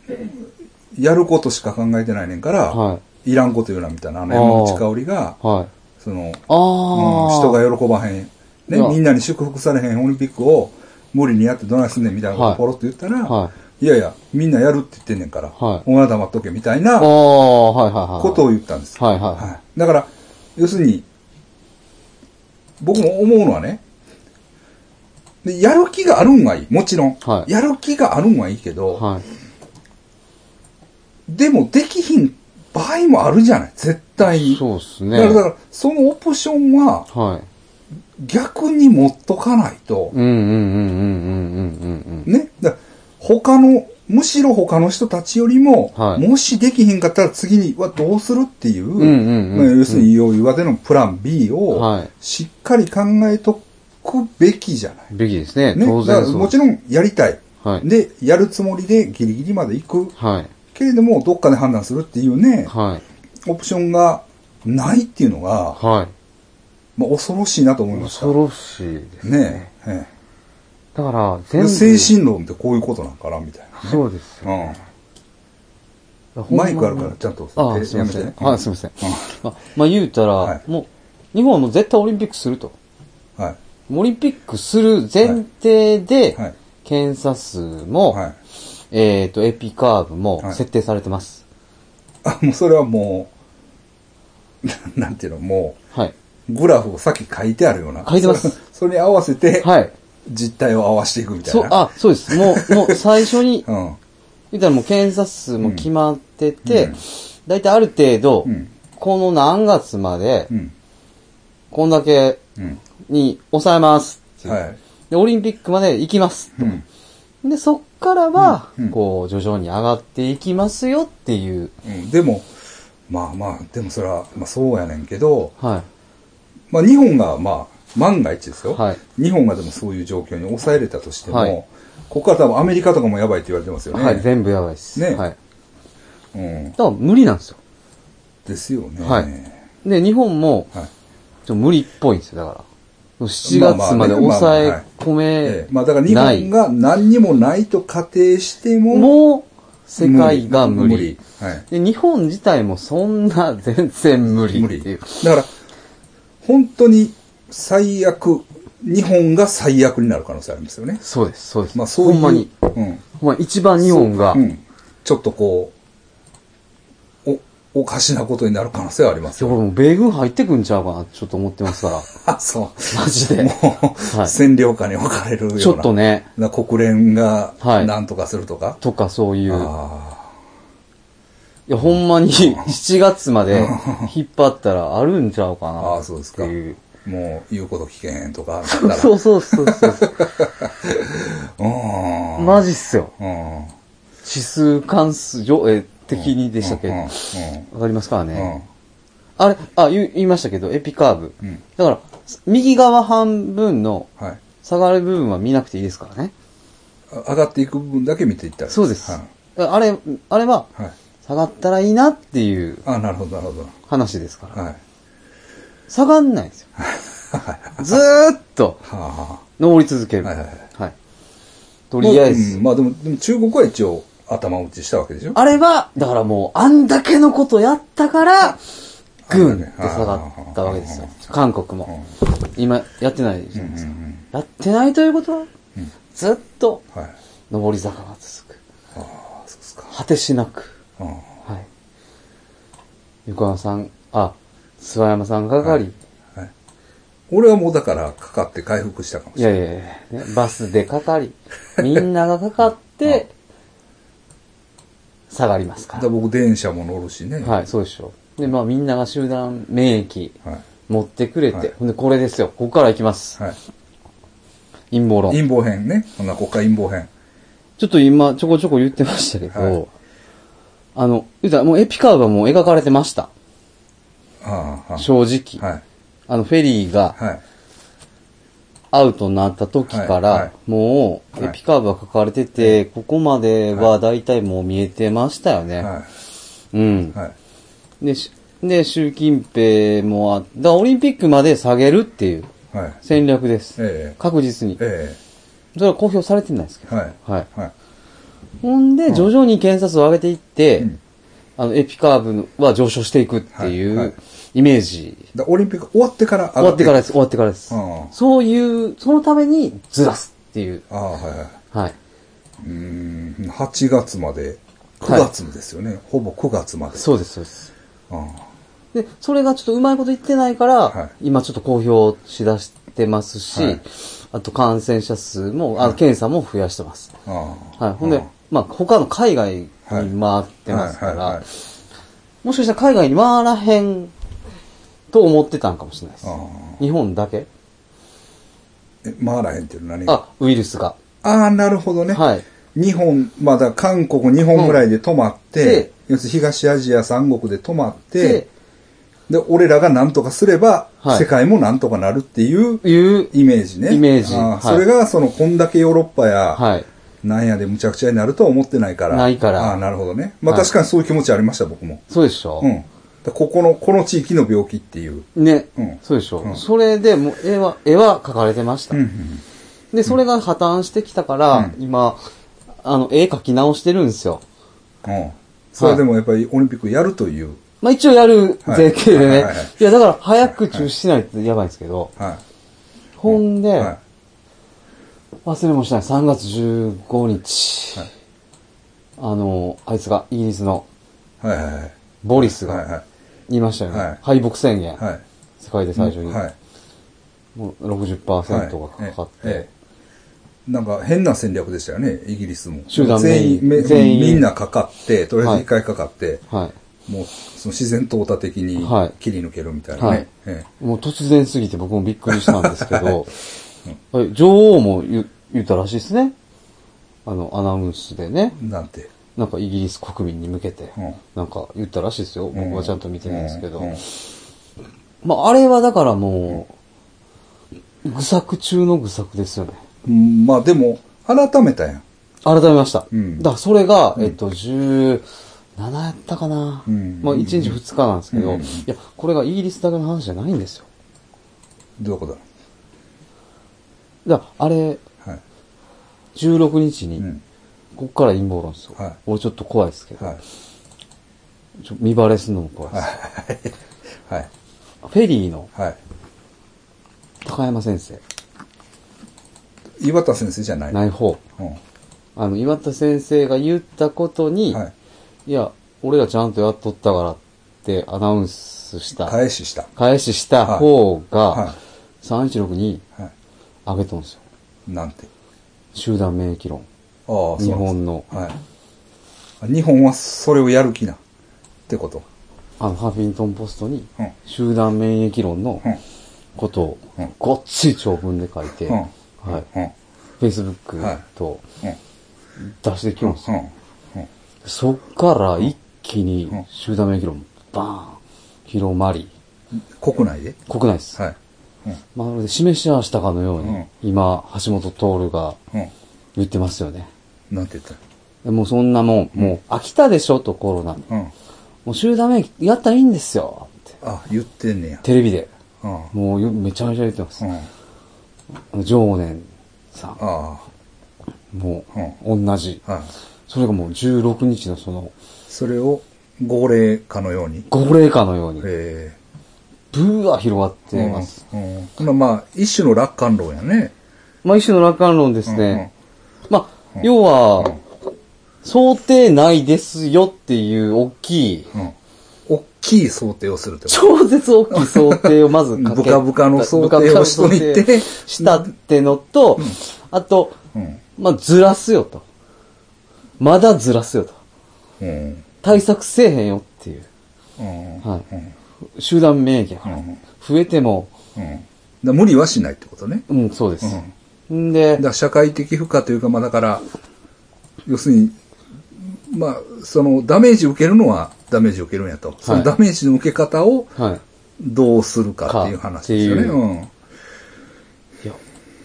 A: やることしか考えてないねんから、、
B: はい
A: らんこと言うなみたいな、あの山口香織が、
B: はい。
A: その、うん、
B: ああ、
A: 人が喜ばへん、ね、
B: いや
A: みんなに祝福されへんオリンピックを無理にやってどないすんねんみたいなことを
B: はい
A: ポロッと言ったら、、
B: はい
A: やいや、みんなやるって言ってんねんから、
B: はい
A: お前は黙っとけみたい
B: あ
A: な
B: あ、はいはいはい。
A: ことを言ったんです。
B: はいはい。
A: はい、だから、要するに、僕も思うのはね、で、やる気があるんはいい。もちろん。
B: はい
A: やる気があるんはいいけど、
B: はい。
A: でもできひん場合もあるじゃない。絶対に。
B: そうですね。
A: だから、だからそのオプションは
B: はい。
A: 逆に持っとかないと、
B: うんうんうんうんうんうんうん
A: ね。だから他の、むしろ他の人たちよりも、
B: はい
A: もしできひんかったら次にはどうするっていう、
B: うんうんうん
A: まあ要するにいよいわでのプラン B
B: うん。
A: を
B: は
A: しっかり考えとくべきじゃない。
B: い。べきですね。
A: ね、
B: 当
A: だ
B: 然
A: から
B: そう。
A: もちろんやりたい。
B: はい。
A: で、やるつもりでギリギリまで行く。
B: はい。
A: けれども、どっかで判断するっていうね、
B: はい。
A: オプションがないっていうのが、
B: は
A: まあ、恐ろしいなと思い
B: い。
A: ました。
B: 恐ろしいです。
A: ねえ。え
B: だから、
A: え
B: 全部。
A: 精神論ってこういうことなんかなみたい
B: そうですよ。
A: な。う
B: ほ
A: ん。
B: んま
A: マ
B: に
A: イクあるから、ちゃんと。
B: あ
A: 手
B: あ、すいませ
A: やめ
B: ん。
A: て
B: あすいません。
A: う
B: あまあ言うたら、
A: はい
B: もう、日本はもう絶対オリンピックすると。
A: んは
B: オリンピックする前提で
A: い。、はい。
B: 検査数も、
A: はい。
B: えっ、と、エピカーブも
A: はい
B: 設定されてます。
A: あ、もうそれはもう、 ななんていうの、も
B: はい。
A: う、グラフをさっき書いてあるような。
B: 書いてま
A: そ
B: す
A: れそれに合わせて、
B: はい。
A: 実態を合わせていくみたい
B: そう、
A: な。
B: あ、そうです。もう、もう最初に、
A: うん。は
B: 言ったらもう検査数も決まってて、
A: うん
B: だいたいある程度、
A: うん
B: この何月まで、
A: うん。
B: こんだけ
A: うん。
B: に抑えますっていう
A: はい。
B: で、オリンピックまで行きます。
A: うん。
B: で、そっからは、
A: うんうん
B: こう、徐々に上がっていきますよっていう。
A: うん、でも、まあまあ、でもそれは、まあそうやねんけど、
B: は
A: まあ日本が、まあ、万が一です
B: い。
A: よ。
B: はい。
A: 日本がでもそういう状況に抑えれたとしても、
B: はい
A: ここから多分アメリカとかもやばいって言われてますよね。
B: はい、全部やばいです。
A: ね
B: はい。
A: うん
B: だ。から無理なんですよ。
A: ですよね。
B: はいで、日本も、
A: はい
B: ちょっと無理っぽいんですよ、だから。7月まで
A: まあま
B: 抑
A: あね
B: え込
A: ええ
B: め、
A: まあだから日本が何にもないと仮定しても、
B: もう世界が無理。
A: はい。
B: で、日本自体もそんな全然無理
A: 無
B: って
A: 理。
B: いう。
A: だから、本当に最悪、日本が最悪になる可能性ありますよね。
B: そうです、そうです。
A: まあそういう。
B: ほんまに。
A: うん。
B: ほんまに一番日本が、
A: うん、ちょっとこう、お、おかしなことになる可能性はあります
B: いや
A: よ。
B: 俺もう米軍入ってくんちゃうかなってちょっと思ってますから。
A: あ、そう。
B: マジで
A: もう、
B: はい
A: 占領下に置かれるような。
B: ちょっとね、
A: な国連が、
B: はい
A: なんとかするとか。
B: とかそういう。
A: あ
B: いや、ほんまに7月まで引っ張ったらあるんちゃうかな
A: あーそうですか
B: っていう。
A: あ、もう言うこと聞けへんとか。う。
B: そうそうそうそう。
A: うん。
B: マジっすよ。
A: うん。うん。
B: 指数関数上、えー、的にでしたっけ
A: うん。
B: わかりますから
A: うん。うん
B: ね。あれ、あ、言う言いましたけど、エピカーブ。
A: うん。
B: だから、右側半分の
A: はい。
B: 下がる部分は見なくていいですからね。
A: あ上がっていく分だけ見ていったら。
B: そうです。
A: は。
B: あれ、あれはい
A: はい。
B: 下がったらいいなっていう
A: あ、なるほど、なるほど。
B: 話ですから。
A: はい。
B: 下がんないんですよ。ずーっと
A: はあ、は
B: 登り続ける。
A: はいはいはい
B: とりあえ
A: う
B: ず
A: ん。まあでも、でも中国は一応頭打ちしたわけでしょ
B: あれは、だからもう、あんだけのことやったから、ぐんと下がったわけですよ。韓国も。今、やってないじゃないですか。
A: うんうんうん
B: やってないということは、ずっと、
A: はい。
B: 上り坂が続く。
A: あそうですか。
B: 果てしなく。
A: うん
B: はい。横山さん、あ、諏訪山さん係。
A: はい、俺はもうだから、かかって回復したかも
B: い、
A: しれ
B: やいやいや、ねバス で係。みんながかかって、下がりますか
A: ない。だから
B: ら。
A: 僕、電車も乗るしね。は
B: はい、そうでしょう。で、まあみんなが集団免疫。
A: い。はい。
B: 持ってくれて、
A: はい
B: ほんでこれですよ、ここから行きます。陰謀論。
A: 陰謀編ね。こんな国家陰謀編。
B: ちょっと今、ちょこちょこ言ってましたけど、
A: はい
B: あの、言うたらもうエピカーブはもう描かれてました。
A: ああ、はい。
B: 正直。
A: はい。
B: あの、フェリーが
A: はい。
B: アウトになった時から、
A: はいはい
B: もう、エピカーブは描かれてて、ここまでは大体もう見えてましたよね。
A: は
B: うん、
A: い。はい。
B: で、しで、習近平もあ、だからオリンピックまで下げるっていう
A: はい。
B: 戦略です。
A: え
B: 確実に
A: え。。え
B: それは公表されてないですけ
A: え。
B: ど。
A: はい。
B: はい。
A: はい。
B: ほんで、徐々に検査数を上げていって、
A: うん
B: あの、エピカーブは上昇していくってい
A: はいは
B: う
A: い
B: イメージ。
A: だオリンピック終わってから
B: 終わってから
A: ら。
B: です、終わってからです
A: うん。
B: そういう、そのためにずらすっていう。
A: ああ、はいはい。
B: はい。
A: うーん、8月まで、9
B: はい
A: 月ですよね。ほぼ9月まで。
B: そうです、そうです。
A: うん
B: で、それがちょっとうまいこと言ってないから、
A: は
B: 今ちょっと公表しだしてますし、
A: はい
B: あと感染者数も、あ検査も増やしてます。
A: ああ
B: はい。ほんで、
A: うん
B: まあ、他の海外に
A: は
B: 回
A: い
B: ってますから、
A: はいはいはい
B: もしかしたら海外に回らへんと思ってたんかもしれないです
A: あ。
B: 日本だけ
A: え回らへんっていうの何
B: あ、ウイルスが。
A: ああ、なるほどね。
B: はい。
A: 日本、まだ韓国、日本ぐらいで泊まって、
B: うんで
A: 要するに東アジア三国で泊まって
B: で、、
A: で、俺らが何とかすれば、
B: はい
A: 世界も何とかなるっていう
B: いう、
A: イメージね。
B: イメージ
A: ああ
B: はい
A: それが、その、こんだけヨーロッパや、
B: はい。
A: なんやでむちゃくちゃになるとは思ってないから。
B: ないから
A: ああ、なるほどね。まあ
B: はい
A: 確かにそういう気持ちありました、僕も。
B: そうでしょ、
A: うん。だここの、この地域の病気っていう。
B: ね、
A: うん
B: そうでしょ、
A: うん
B: それでもう絵は、絵は描かれてました。
A: うんうん。
B: で、それが破綻してきたから、
A: う
B: 今、あの、絵描き直してるんですよ。
A: うん。それでもやっぱりオリンピックやるという。
B: まあ一応やる前提
A: は
B: で
A: い
B: ね。
A: はいはいはい
B: いや、だから早く中止しないとやばいんですけど。
A: は
B: ほんで、
A: い。は
B: 忘れもしない。3月15日。
A: はい
B: あの、あいつが、イギリスの
A: い。はいはいはい。
B: ボリス
A: はい
B: が言いましたよね。
A: はい
B: 敗北宣
A: は
B: 言、
A: い。はい。
B: 世界で最初に。
A: はい。
B: もう60%がかかって。
A: ええええなんか変な戦略でしたよね、イギリスも。
B: 集団
A: 全員、め
B: 全員
A: みんなかかって、とりあえ
B: は
A: ず
B: い
A: 一回かかって、
B: は
A: もうその自然淘汰的に
B: はい
A: 切り抜けるみたいなね。
B: はい
A: え
B: い。もう突然すぎて僕もびっくりしたんです けど、はい女王も言言ったらしいですね。あの、アナウンスでね。
A: えなんて。
B: なんかイギリス国民に向けて
A: うん、
B: なんか言ったらしいですよ。
A: う
B: 僕はちゃんと見てないんですけど
A: う。ん
B: まあ、あれはだからもう、愚策中の愚策ですよね。
A: うんまあでも、改めたやん。
B: 改めました。
A: うん
B: だからそれが、えっと、17やったかな。
A: うん
B: まあ、1日2日なんですけど、
A: うん
B: いや、これがイギリスだけの話じゃないんですよ。
A: どういうこと
B: だからあれ、
A: だはい。
B: 16日
A: う
B: に
A: ん、。
B: ここから陰謀論ですよ。
A: はい
B: 俺ちょっと怖いですけど、
A: はい。
B: ちょ見バレするのも怖いです。
A: はい。
B: フェリーの
A: は
B: 高山先生、
A: い。岩田先生じゃない。
B: ない方。
A: うん。は
B: あの、岩田先生が言ったことに、
A: い。
B: いや、俺らちゃんとやっとったからってアナウンスした、
A: 返しした。
B: 返しした方
A: は
B: が、316に
A: い。は
B: 上げとんですよ。
A: い。なんて。
B: 集団免疫論。
A: ああ、そうなんです
B: 日本の
A: はいあ。日本はそれをやる気な。ってこと。
B: あの、ハフィントンポストに
A: うん、
B: 集団免疫論の
A: うん。
B: ことを
A: うん、
B: ごっつい長文で書いて、
A: うん
B: はい。
A: うん。はい
B: Facebook と
A: うん。
B: 出してきま
A: う
B: す。
A: ん。うん。
B: そっから一気に
A: うん
B: 集団免疫論、バーン広まり、
A: 国内で
B: 国内です。
A: はい。
B: まるで示し合わせたかのように、
A: うん
B: 今、橋本徹が
A: うん。うん。
B: 言ってますよね。
A: なんて言った
B: もうそんなもん、もう飽きたでしょとコロナ。
A: うん。
B: もう集団免疫やったらいいんですよって。
A: あ、言ってんねや。
B: テレビで。
A: うん。うん。
B: もうよめちゃめちゃ言ってます。
A: あ
B: あの常年さん。
A: あ。
B: もう、同じ。
A: はい。
B: それがもう16日のその、
A: それを号令かのように。
B: 号令下のように、
A: ええ。
B: ブワー広がってます。
A: うん。うんまあまあ、一種の楽観論やね。
B: まあ一種の楽観論です
A: うんうん
B: ね。まあ、要は、想定内ですよっていう大きい、
A: うん。大きい想定をするってこと。
B: 超絶大きい想定をまずかけ
A: ブカブカの想定をしといて
B: ブカブカの想定したってのと、あと、
A: うん。
B: まあ、ずらすよと。まだずらすよと。
A: うん。
B: 対策せえへんよっていう。
A: うん。
B: は
A: うん
B: い。集団免疫やから
A: うん
B: 増えても、
A: うん。だから無理はしないってことね。
B: うん、そうです。ん
A: だ
B: で
A: か、ら社会的負荷というか、まあだから、要するに、まあ、そのダメージ受けるのはダメージ受けるんやと。そのダメージの受け方を
B: はい。
A: どうするかっていう話ですよね。
B: かっていう
A: うん。だか
B: いや、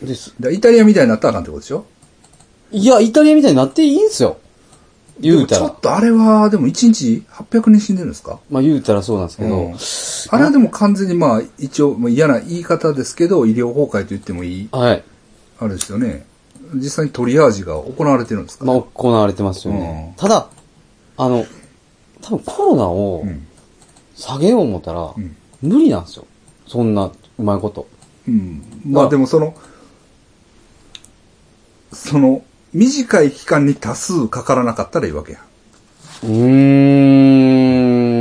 B: です。
A: らイタリアみたいになったらあかんってことでしょ
B: いや、イタリアみたいになっていいんすよ。言うた
A: でもちょ
B: ら
A: っ。とあれは、でも1日800人死んでるんですか
B: まあ、言うたらそうなんですけ
A: う
B: ど
A: ん、あれはでも完全にまあ一応もう嫌な言い方ですけど医療崩壊と言ってもいい
B: はい。
A: あれですよね実際にトリアージが行われてるんですか、
B: まあ、行われてますよね
A: う。ん
B: ただ、あの、多分コロナを
A: うん
B: 下げよう思ったら
A: ん、
B: 無理なんですよ。そんな、うまいこと。
A: うん、まあでもそのその短い期間に多数かからなかったらいいわけや
B: うー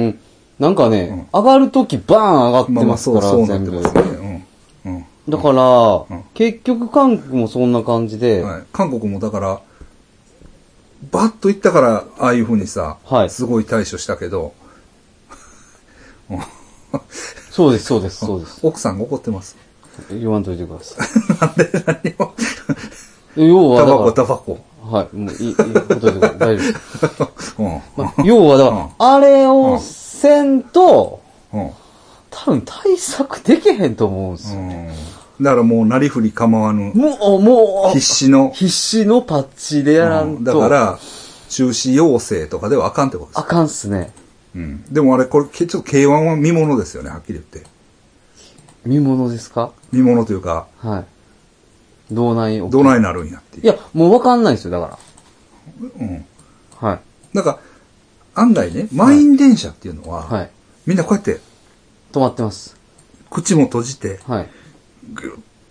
B: ん。なんかね、上がるときバーン上がって
A: まあま
B: ま
A: あ、
B: す
A: そ
B: か
A: う、
B: ら、
A: そうなっ
B: 全
A: て
B: 部
A: ま。すね。うん。うん。
B: だから、
A: うん
B: 結局韓国もそんな感じで、
A: はい、韓国もだから、バッと行ったから、ああいうふうにさ、
B: はい
A: すごい対処したけど、
B: そうです、そうです、そうです。
A: 奥さんが怒ってます。
B: 言わんといてくださ
A: なんで何 を
B: い。要は
A: タ
B: だ
A: バコ、
B: か
A: タバコ。
B: ら、はい、もういい、いいことで大丈夫です。
A: う
B: まあ、要はだ
A: うん
B: から、あれをせんと、
A: ん。うん。
B: 多分対策できへんと思うんですよ。
A: うん。だからもう、なりふり構わぬ、
B: もう、も
A: 必
B: う、
A: 死の、
B: 必死のパッチでやら
A: うんん
B: と、
A: だから、中止要請とかではあかんってことで
B: あ
A: す。
B: かんっすね。
A: うん。でもあれ、これ、けちょっと K1 は見物ですよね、はっきり言って。
B: 見物ですか
A: 見物というか、
B: はい。道内を。
A: どないなるんやっていう。
B: いや、もうわかんないですよ、だか
A: うん。
B: ら。はい。
A: なんか、案外ね、満員電車っていうのは、
B: はい。
A: みんなこうやって、
B: 止まってます。
A: 口も閉じて、
B: はい。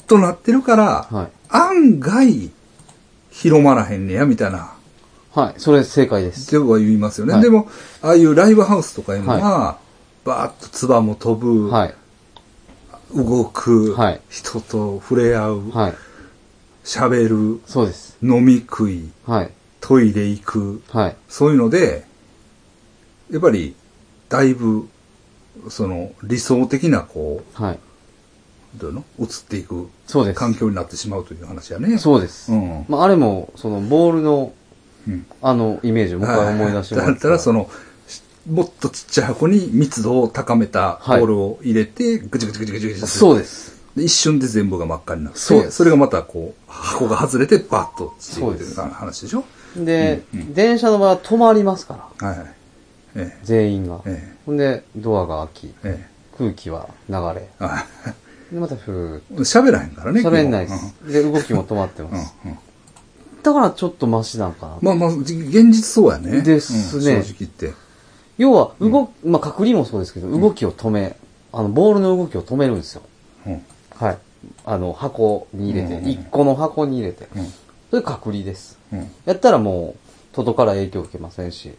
A: となってるから、
B: はい。
A: 案外、広まらへんねや、みたいな、
B: はい。それ正解です。
A: 人は言いますよね。
B: はい
A: でも、ああいうライブハウスとかいうのは、バーッと唾も飛ぶ、
B: はい。
A: 動く、
B: はい
A: 人と触れ合う、
B: はい。
A: 喋、る、
B: そうです。
A: 飲み食い、
B: はい。
A: トイレ行く、
B: はい。
A: そういうので、やっぱり、だいぶ、その、理想的な、こ
B: はい。
A: う、どういうの移っていく
B: そうです。
A: 環境になってしまうという話やね。
B: そうです。
A: うん
B: まあ、あれも、その、ボールの、
A: うん
B: あの、イメージをもう一回思い出しても
A: だったら、その、しもっとちっちゃい箱に密度を高めたボ
B: はい
A: ールを入れて、ぐちぐちぐちぐちぐち
B: そうです。
A: で一瞬で全部が真っ赤になって、
B: そうです
A: それがまたこう、箱が外れてバッとっていう
B: そうです
A: 話でしょ
B: で、電車の場合は止まりますから、
A: はいはい。え
B: 全員が。
A: え
B: ほんで、ドアが開き、
A: え、え
B: 空気は流れ。
A: え。あ
B: で、またふーっ
A: 喋らへんからね。
B: と。喋んないで
A: 基本
B: す。で、動きも止まってます。
A: うんうん
B: だからちょっとマシなんかな。
A: まあまあ、じ現実そうやね。
B: ですね
A: うん正直言って。
B: 要は、動き、まあ、隔離もそうですけど、動きを止め、あの、ボールの動きを止めるんですよ。
A: うん
B: はい。あの、箱に入れて、
A: うん
B: 一個の箱に入れて。
A: うん
B: それ隔離です。
A: うん
B: やったらもう、外から影響を受けませんし。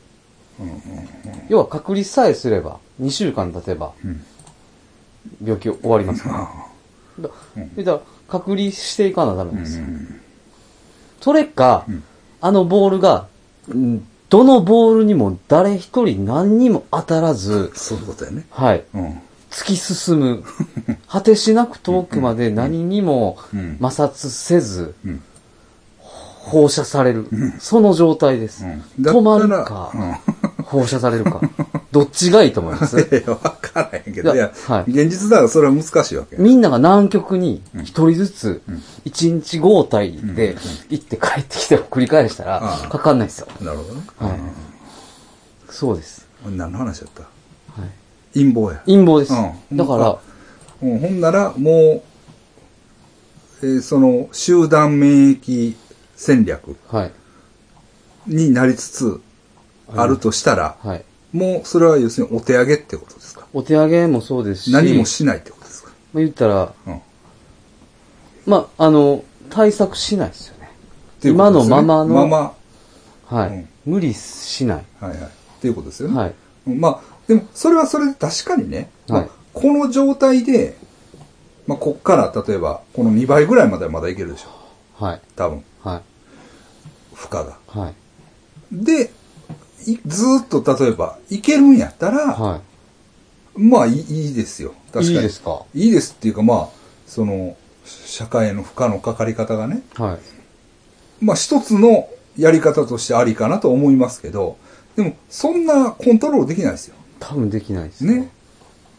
B: 要は隔離さえすれば、2週間経てば、
A: うん
B: 病気終わりますから。
A: あ
B: だ言ったら隔離していかなダメなんですよ。
A: ん
B: それか、
A: うん
B: あのボールが、うんどのボールにも誰一人何にも当たらず
A: あ、そういうことやね。
B: はい。
A: うん。
B: 突き 進む。果てしなく遠くまで何にも
A: うん
B: 摩擦せず
A: ん、
B: 放射される。その状態です。
A: うんだったら
B: 止まるか、放射されるか。 どっちがいいと思います
A: いや、 わからへんけど、い
B: いや
A: や、
B: はい
A: 現実だからそれは難しいわけ。
B: みんなが南極に一人ずつ、一日合体で行って帰ってきてを繰り返したら
A: ああ、
B: かかんないですよ。
A: なるほどね。
B: はい。そうです。
A: うん何の話やった
B: はい。
A: 陰謀や。
B: 陰謀です。
A: うん
B: だから、
A: うんほんなら、もう、えーその、集団免疫戦略
B: はい。
A: になりつつあるとしたら、
B: はい。
A: もう、それは要するにお手上げってことですか
B: お手上げもそうですし、
A: 何もしないってことですか
B: まあ、言ったら、
A: うん。っ
B: まあ、あの、対策しないですよね。
A: ていうことですよね
B: 今のままの
A: まま、
B: はい。
A: うん
B: 無理しない。
A: はいはい。っていうことですよね。
B: はい。
A: まあ、でも、それはそれで確かにね、
B: はい
A: まあこの状態で、まあ、こっから、例えば、この2倍ぐらいまではまだいけるでしょ。
B: はい。
A: 多分、
B: はい。
A: 負荷が。
B: はい。
A: で、いずーっと、例えば、いけるんやったら、
B: は
A: まあいい、いいですよ。確かに。
B: い。いいですか
A: いいですっていうか、まあ、その、社会への負荷のかかり方がね、
B: はい。
A: まあ、一つのやり方としてありかなと思いますけど、でも、そんなコントロールできないですよ。
B: 多分できないです
A: ね。。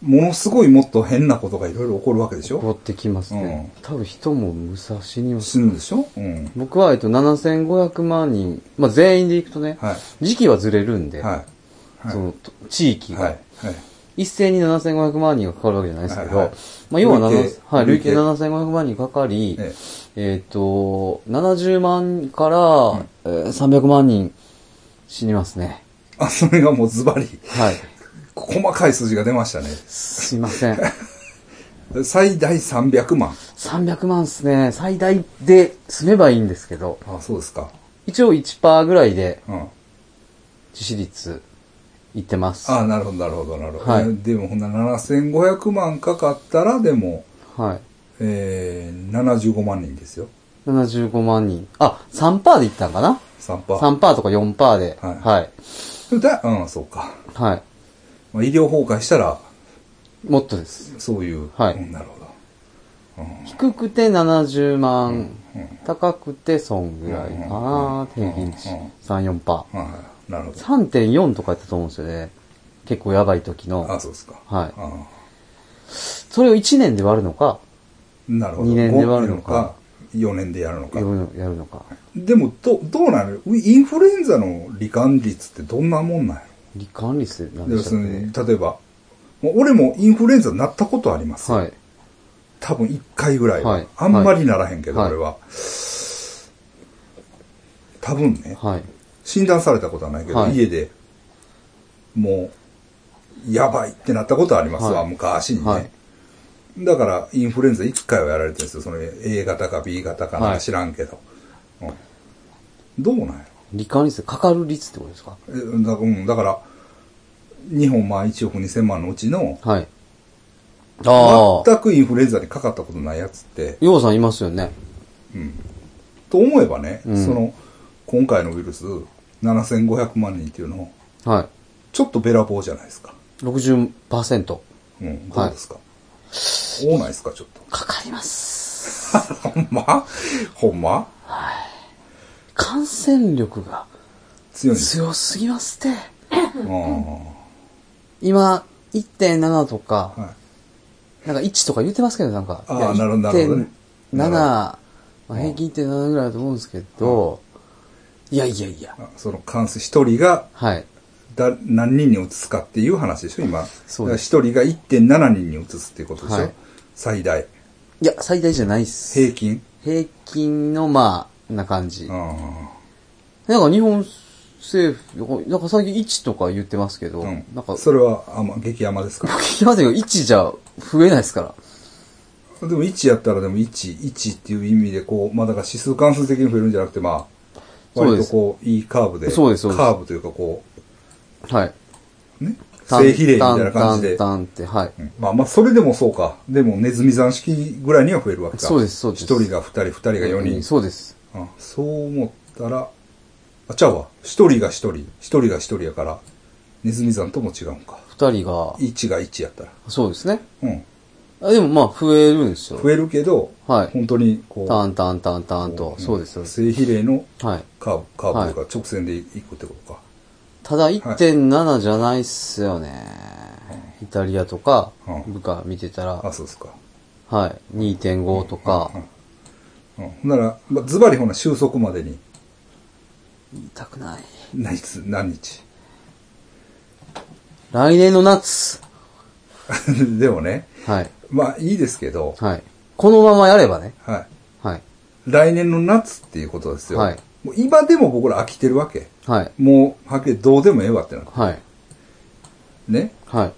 A: ものすごいもっと変なことがいろいろ起こるわけでしょ
B: 起こってきますね。多分人も武蔵には。
A: 死ぬでしょうん。
B: 僕は、えっと、7500万人、まあ、全員で行くとね、
A: は
B: 時期はずれるんで、
A: い。ははい
B: その、と
A: い。
B: 地域が、
A: はい。はい。
B: 一斉に7500万人がかかるわけじゃないですけど、
A: はいはい
B: まあ、要は
A: 累計
B: 7、はい、累計
A: 累計
B: 7500万人かかり、
A: え
B: えっ、と、70万から、えー300万人死にますね。
A: あ、それがもうズバリ、
B: はい。
A: 細かい数字が出ましたね。
B: すいません。
A: 最大300万。
B: 300万ですね。最大で済めばいいんですけど、
A: あ、そうですか。
B: 一応1%ぐらいで
A: うん。
B: 致死率行ってます。
A: あ
B: は
A: あ、なるほど、なるほど、なるほど。
B: はい
A: えーでも、ほんなら7500万かかったら、でも、
B: い。
A: えー、75万人ですよ。
B: 75万人。あ、3%で行ったんかな
A: 3%。
B: ?3% とか4%で。
A: はい
B: はい。
A: だうん、そうか。
B: はい。
A: まあ、医療崩壊したら、
B: もっとです。
A: そういう。
B: はい
A: うんなるほど。
B: 低くて70万、高くてそんぐらいかな、平均値
A: うん。
B: 3、4%。
A: はい、なるほど。
B: 3.4とかやったと思うんですよね。結構やばい時
A: ああ、
B: の。
A: そうですか。
B: はい
A: あ
B: それを1年で割るのか、
A: ーなるほど。
B: 二年で割
A: や
B: るのか。
A: 4年でやるのか
B: や。るのか。
A: でも、ど、どうなるインフルエンザの罹患率ってどんなもんなんや
B: 罹患率なん
A: ろ
B: で
A: 要
B: し
A: す
B: たっ
A: る
B: け
A: に、例えば、もう俺もインフルエンザなったことあります。
B: はい。
A: 多分1回ぐらいは。
B: はい
A: あんまりならへんけど、
B: はい
A: 俺は。多分ね、
B: はい。
A: 診断されたことはないけど、
B: はい
A: 家でもう、やばいってなったことはありますわ、
B: はい
A: 昔にね。
B: はい
A: だから、インフルエンザ1回はやられてるんですよ。その A 型か B 型かなん
B: は
A: か
B: い
A: 知らんけど。うんどうなんや
B: 罹患率、かかる率ってことですか
A: ろえだ,、うん、だから、日本まあ1億2000万のうちの、
B: はい。ああ。
A: 全くインフルエンザにかかったことないやつって、
B: ようさんいますよね。
A: と思えばね、
B: うん
A: その、今回のウイルス、7500万人っていうの、
B: は
A: ちょっとべらぼうじゃないですか。
B: い。60%。
A: うん、どうですか、多ないですか、ちょっと。
B: かかります。
A: ほんまほんま
B: 感染力が
A: 強いんですよ。
B: 強すぎますって。
A: うんは
B: 今、1.7とか、
A: い、
B: なんか1とか言ってますけど、なんか。
A: あー
B: いや
A: なるほどなるほどね
B: 1.7、まあ、平均1.7ぐらいだと思うんですけど、いやいやいや。
A: あその関数一人が
B: はい。
A: だ何人に移すかっていう話でしょ、今。
B: そうです
A: 一人が1.7人に移すっていうことでしょ、
B: はい
A: 最大。
B: いや、最大じゃないっす。
A: 平均。
B: 平均の、まあ、な感じ。
A: うん
B: なんか日本政府、なんか最近1とか言ってますけど、
A: うん
B: なんか、
A: それは、あま、激甘ですか
B: 聞きませんよ。1じゃ増えないですから。
A: でも1やったらでも1、1っていう意味でこう、まあだから指数関数的に増えるんじゃなくて、まあ、
B: そう
A: 割
B: で
A: と
B: す
A: こう、いいカーブで、
B: そうですそうです
A: カーブというかこ
B: はい。
A: う、ね、正比例みたいな感じで。
B: タンタンタンって、
A: う
B: はい。
A: んまあまあ、それでもそうか。でも、ネズミ算式ぐらいには増えるわけか。
B: そうですそうです
A: 1人が2人、2人が4人。
B: そうです。
A: あそう思ったら、あ、ちゃうわ。1人が1人、1人が1人やから、ネズミ算とも違うんか。
B: 2人が、
A: 1が1やったら。
B: そうですね。
A: うん。
B: あでもまあ、増えるんですよ。
A: 増えるけど、
B: はい
A: 本当にこう、
B: タンタンタンタンと、そうです、そうです。
A: 正比例の
B: はい。
A: カーブ、カーブというか直線でいくってことか。
B: ただ1.7じゃないっすよね。イタリアとか
A: うん、
B: 部下見てた
A: あ、
B: ら、
A: そうですか。
B: はい、2.5とか、
A: うん。ほんなら、まあ、ズバリほな収束までに、
B: 痛くない。
A: 何日、何日。
B: 来年の夏
A: でもね、
B: はい、
A: まあいいですけど、
B: はい。このままやればね、
A: は
B: はい、
A: い。来年の夏っていうことですよ。
B: はい
A: もう今でも僕ら飽きてるわけ。
B: はい、
A: もう、はっきりどうでもええわってなる。
B: はい、
A: ね。
B: はい。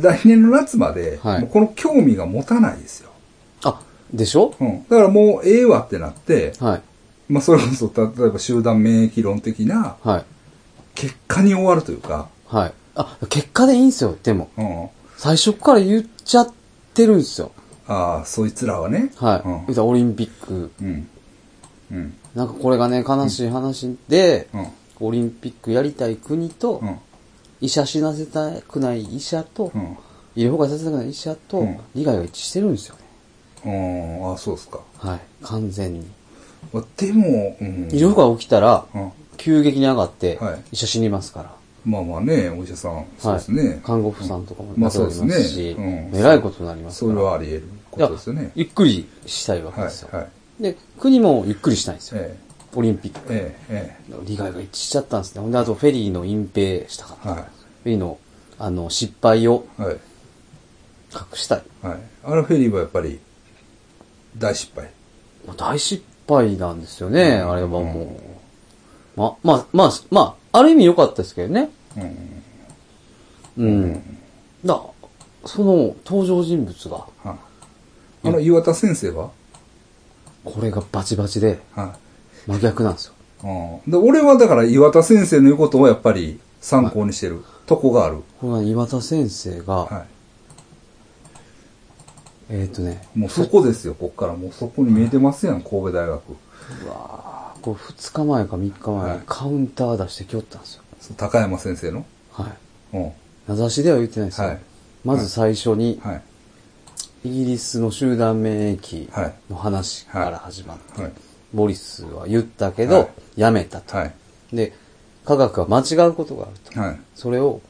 A: 来年の夏まで、
B: はい
A: もうこの興味が持たないですよ。
B: あ、でしょ
A: うん。だからもうええわってなって、
B: はい、
A: まあそれこそ、例えば集団免疫論的な
B: はい、
A: 結果に終わるというか、
B: はい。あ、結果でいいんすよ、でも。
A: うん。
B: 最初から言っちゃってるんですよ。
A: ああ、そいつらはね。
B: はい。言うたらオリンピック。
A: うん。うん。うん。
B: なんかこれがね、悲しい話で、
A: うん。
B: オリンピックやりたい国と、
A: うん。
B: 医者死なせたくない医者と、
A: うん。
B: 医療崩壊させたくない医者と、
A: うん
B: 利害が一致してるんですよね。
A: うん。ああ、そうですか。
B: はい。完全に。
A: まあでも、うん。
B: 医療崩壊起きたら、
A: うん。
B: 急激に上がって、
A: はい
B: 医者死にますから。
A: まあまあね、お医者さん、そうですね。
B: 看護婦さんとかも
A: まあ
B: 亡くなります
A: そうで
B: し、
A: すねうん
B: えらいことになります
A: そ
B: か
A: れ
B: ら。
A: はあり得ることですよ
B: いや
A: ね。
B: ゆっくりしたいわけ
A: はい、
B: ですよ。
A: はい。
B: で、国もゆっくりしたいんですよ。
A: え
B: オリンピック
A: え、。ええ、え
B: 利害が一致しちゃったんですね。ほんで、あとフェリーの隠蔽したかっ
A: え。
B: た。
A: は
B: フェリーの、あの、失敗を
A: い。はい。
B: 隠したい。
A: はい。あのフェリーはやっぱり、大失敗。
B: まあ大失敗なんですよね、
A: うん
B: あれはもう。ま、まあ、まあ、まあ、ある意味良かったですけどね。
A: うん。
B: うん。だ、その登場人物が、
A: はい。あの岩田先生は
B: これがバチバチで
A: は
B: 真逆なんですよ。
A: い。うん。で、俺はだから岩田先生の言うことをやっぱり、参考にしてるとこがある。
B: この岩田先生が、
A: は
B: えーっ、とね、
A: い。もうそこですよ、こっから。もうそこに見えてますやん、神戸大学。
B: うわーこれ2日前か3日前、
A: はい
B: カウンター出してきよったんですよ。
A: そう高山先生の。
B: はい。
A: うん。は
B: 名指しでは言ってないですよ。
A: はい
B: まず最初に、
A: い。はい。
B: イギリスの集団免疫の話
A: はい
B: から始まって、
A: はい
B: ボリスは言ったけ
A: は
B: ど
A: い、
B: やめたと。
A: はい。
B: で、科学は間違うことがあると。
A: はい。
B: それを、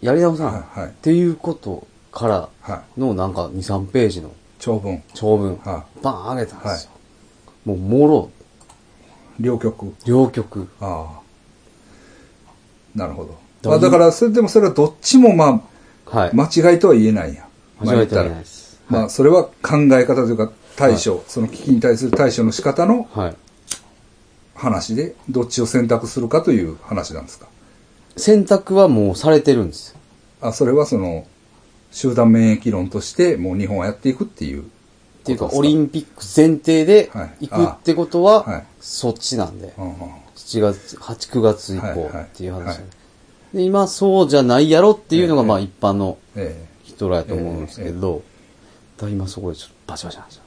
B: やり直さな、
A: はいはい
B: っていうことから
A: は
B: のなんか2、3ページの
A: い。長文。
B: 長文、
A: は
B: バーン上げたんですよ。もう、もろ、
A: 両極。
B: 両極。
A: ああ。なるほ
B: ど
A: ど。
B: うい
A: ま
B: う
A: あだから、それでもそれはどっちもま
B: はい。
A: あ、間違いとは言えないや。まあ
B: 間違えては
A: 言った
B: いない
A: ら
B: です。
A: まあ、それは考え方というか、対処、その危機に対する対処の仕方の
B: はい。
A: 話で、どっちを選択するかという話なんですか。
B: 選択はもうされてるんですよ。
A: あ、それはその、集団免疫論として、もう日本はやっていくっていう。
B: っていうか、
A: そう
B: オ
A: です
B: リ
A: か
B: ンピック前提で
A: はい
B: 行くってことは、
A: あはい
B: そっちなんで
A: う。んうん
B: 7月、8、9月以降
A: はいはい
B: っていう話なんで
A: はい
B: で今、そうじゃないやろっていうのが、まあ一般の
A: ええ
B: 人らやと思うんですけど、だから今そこでちょっとバチバチなんですよ。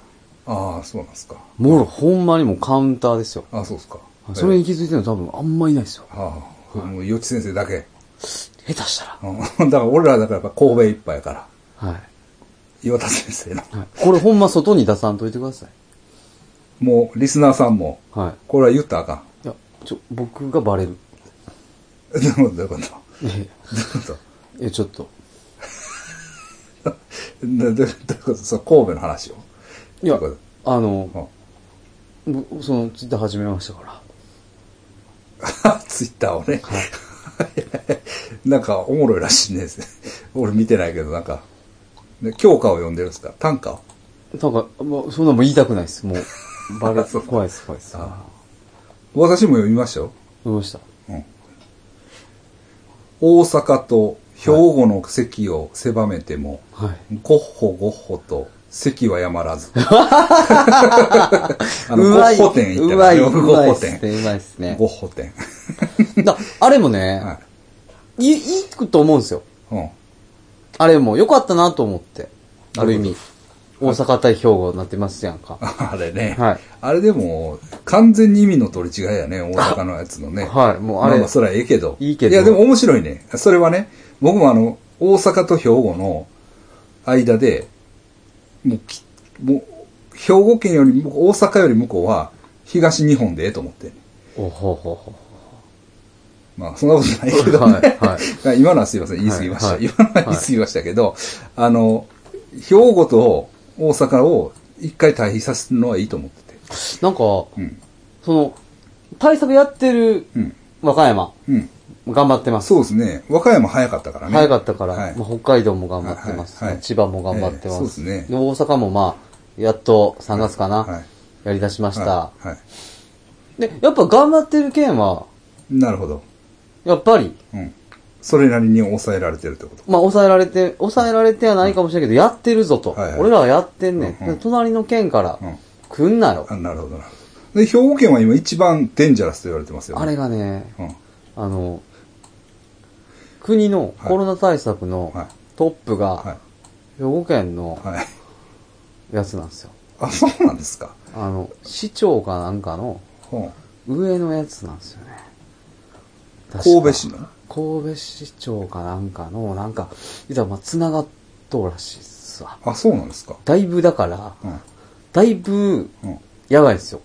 A: ああ、そうなんですか。
B: もろ、ほんまにもうカウンターですよ。
A: あそうですか。
B: それに気づいてるの多分あんまいないですよ。
A: ええはあ、もう、よち先生だけ。
B: 下手したら。
A: うん だから、俺らだからやっぱ神戸いっぱいやから。
B: はい。
A: 岩田先生の。
B: はい、これほんま外に出さんといてください。
A: もう、リスナーさんも、
B: は
A: これは言ったらあかん。
B: い。いや、ちょ、僕がバレる。
A: どういうことど ういうこと
B: え
A: どういうこと
B: え、ちょっと。
A: などういうことそう神戸の話を。
B: いや
A: というこ、
B: あの、
A: と
B: ぼその、ツイッター始めましたから。
A: うんツイッターをね。 なんか、おもろいらしいね。 俺見てないけど、なんか。で教科を読んでるんですか短歌を
B: なんか、まあ、そんなもん言いたくないです。もう、バ レ、
A: そう
B: 怖いです、怖いです。
A: あ私も読みましたよ。
B: どうした
A: 大阪と兵庫の席を狭めても、
B: はい。
A: ゴッホゴッホと席はやま らず。あの、
B: う
A: ゴ
B: ま
A: ッ
B: い
A: ホ店行って
B: うまい、
A: よ
B: う
A: くゴッ
B: まい
A: ホ
B: っす
A: 店。
B: ね、うまいっすね
A: ゴ。ッホ店。
B: だあれもね、、
A: はい
B: いいくと思うんですよ。
A: い。うん。
B: あれも良かったなと思って。ある意
A: な
B: 味
A: る、
B: 大阪対兵庫になってますやんか。
A: あれね。
B: はい
A: あれでも、完全に意味の取り違いやね、大阪のやつのね。
B: はい、もうあ
A: まあ
B: れ、
A: まあ、それはええけど。
B: いいけど
A: いや、でも面白いね。それはね、僕もあの、大阪と兵庫の間で、もうき、もう、兵庫県より、僕大阪より向こうは、東日本でええと思ってんね。
B: おほほほ。
A: まあ、そんなことないけど、ね
B: はい、はい。
A: 今のは すいません、言い過ぎました。
B: はいはい
A: 今のは言い過ぎましたけど、あの、兵庫と大阪を一回対比させるのはいいと思ってて。
B: なんか、
A: うん。
B: その、対策やってる
A: うん。
B: 和歌山、
A: うん。
B: 頑張ってます。
A: そうですね。和歌山早かったからね。
B: 早かったから、
A: はい
B: まあ、北海道も頑張ってます、
A: はいはい
B: 千葉も頑張って
A: え
B: ます、
A: えそうですね
B: 大阪もまあ、やっと3月かな、
A: はいはい
B: やり出しました、
A: はい。はい
B: で、やっぱ頑張ってる県は、
A: なるほど。
B: やっぱり、
A: うん。それなりに抑えられてるってこと。
B: まあ、抑えられて、抑えられてはないかもしれないけど、やってるぞと。
A: はいはい
B: 俺らはやってんねん。
A: うんうん
B: で隣の県から
A: うん、
B: 来んなよ。
A: あ、なるほどなるほど。で、兵庫県は今一番デンジャラスと言われてますよね。
B: あれがね、
A: うん。
B: あの、国の
A: はい
B: コロナ対策の
A: はい
B: トッ
A: は
B: プ
A: い
B: が、。兵庫県の
A: はい。
B: やつなんですよ。
A: あ、そうなんですか。
B: あの、市長かなんかの、
A: うん。
B: 上のやつなんですよね。確か
A: 神戸市の
B: 神戸市長かなんかの、なんか、実はまあ繋がっとうらしいっすわ。
A: あ、そうなんですか。
B: だいぶだから、
A: うん。
B: だいぶ、
A: うん。
B: やばいですよ。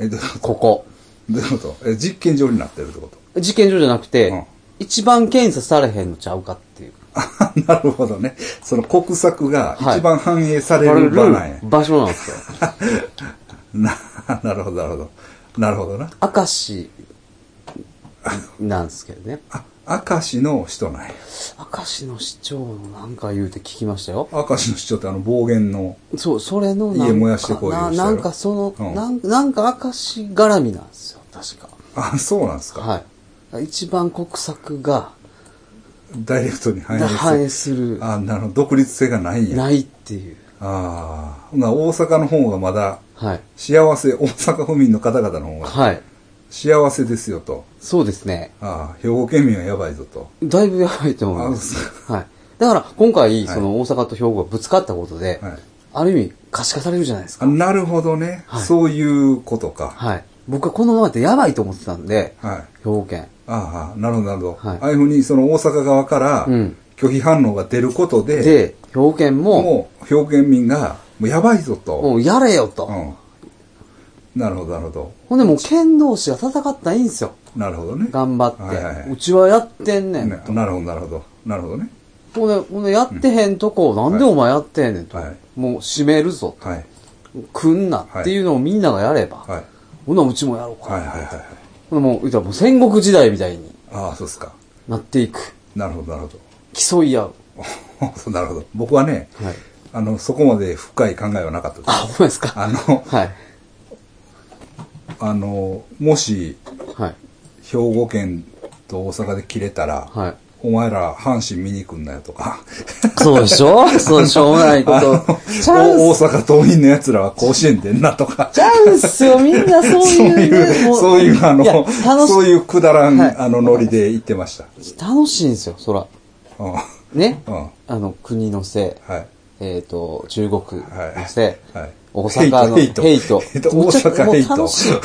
A: え、どういうこと
B: ここ。
A: どういうことえ、実験場になってるってこと
B: 事件所じゃなくて、
A: うん
B: 一番検査されへんのちゃうかっていう。
A: あなるほどね。その国策が
B: はい
A: 一番反映される場なんや。
B: 場所なんですよ。
A: な、 なるほど、なるほど。なるほどな。
B: 明石、なんですけどね。
A: あ、明石の人なんや。
B: 明石の市長のなんか言うて聞きましたよ。
A: 明石の市長ってあの暴言の、
B: そう、それのなんか、
A: 家燃やしてこい言う
B: な
A: 人やろ
B: なんかその、
A: うん
B: なん、なんか明石絡みなんですよ、確か。
A: あ、そうなんですか。
B: はい。一番国策が
A: ダイレクトに反映する。
B: 反映する、
A: あ、なるほど。独立性がないんや。
B: ないっていう。
A: ああ。ほな、大阪の方がまだ、
B: はい。
A: 幸せ、大阪府民の方々の方が
B: はい。
A: 幸せですよと。
B: そうですね。
A: ああ、兵庫県民はやばいぞと。
B: だいぶやばいと思いま
A: あ
B: す。はい。だから、今回、その大阪と兵庫がぶつかったことで、
A: はい、
B: ある意味可視化されるじゃないです
A: あ
B: か。
A: なるほどね、
B: はい
A: そういうことか。
B: はい。僕はこのままでやばいと思ってたんで、
A: はい。
B: 兵庫県。
A: ああ、なるほど、なるほど。
B: はい
A: ああいうふうに、その大阪側から
B: うん
A: 拒否反応が出ることで、
B: で、兵庫県も、
A: もう、兵庫県民が、もうやばいぞと。
B: もうやれよと。
A: うん。なるほど、なるほど。
B: ほんでもう剣同士が戦ったらいいんですよ。
A: なるほどね。
B: 頑張って。
A: はいはいはいう
B: ちはやってんねん。
A: ねなるほど、なるほど。なるほどね。
B: ほんで、ほんでやってへんとこ、なんでお前やってんねんと。
A: はい
B: もう閉めるぞと。
A: はい。
B: 来んなっていうのをみんながやれば、
A: はい。
B: ほなうちもやろうか。
A: はい、はい、はいはい。
B: ほんでもう、言うたらもう戦国時代みたいに
A: ああ、そうですか。
B: なっていく。
A: なるほど、なるほ
B: 競い合う。
A: ど。 そうなるほど。僕はね、
B: はい。
A: あの、そこまで深い考えはなかったで
B: あ、
A: す。
B: ほんまですか。
A: あの、
B: はい。
A: あの、もし、
B: はい。
A: 兵庫県と大阪で切れたら、
B: はい。
A: お前ら阪神見に来んなよとか、
B: そうでしょそうでしょうもないこ
A: あ の
B: と。チャン
A: お
B: ス、
A: 大阪桐蔭の奴らは甲子園出んなとか、
B: チャンスよ、みんなそう
A: そう
B: いうね、
A: い
B: も
A: う、そういう、あの
B: いや、楽
A: そう
B: し
A: いうくだらん、
B: はい
A: あの、ノリで行ってました。
B: い、楽しいんですよ、そら。
A: うん。うん。
B: ね。
A: は
B: あの、国のせい、
A: い。
B: えっ、と、中国のせい、
A: はい。
B: 大阪の
A: ヘイト。ヘイト。
B: ヘイト
A: 大阪ヘイト。
B: もう楽しいも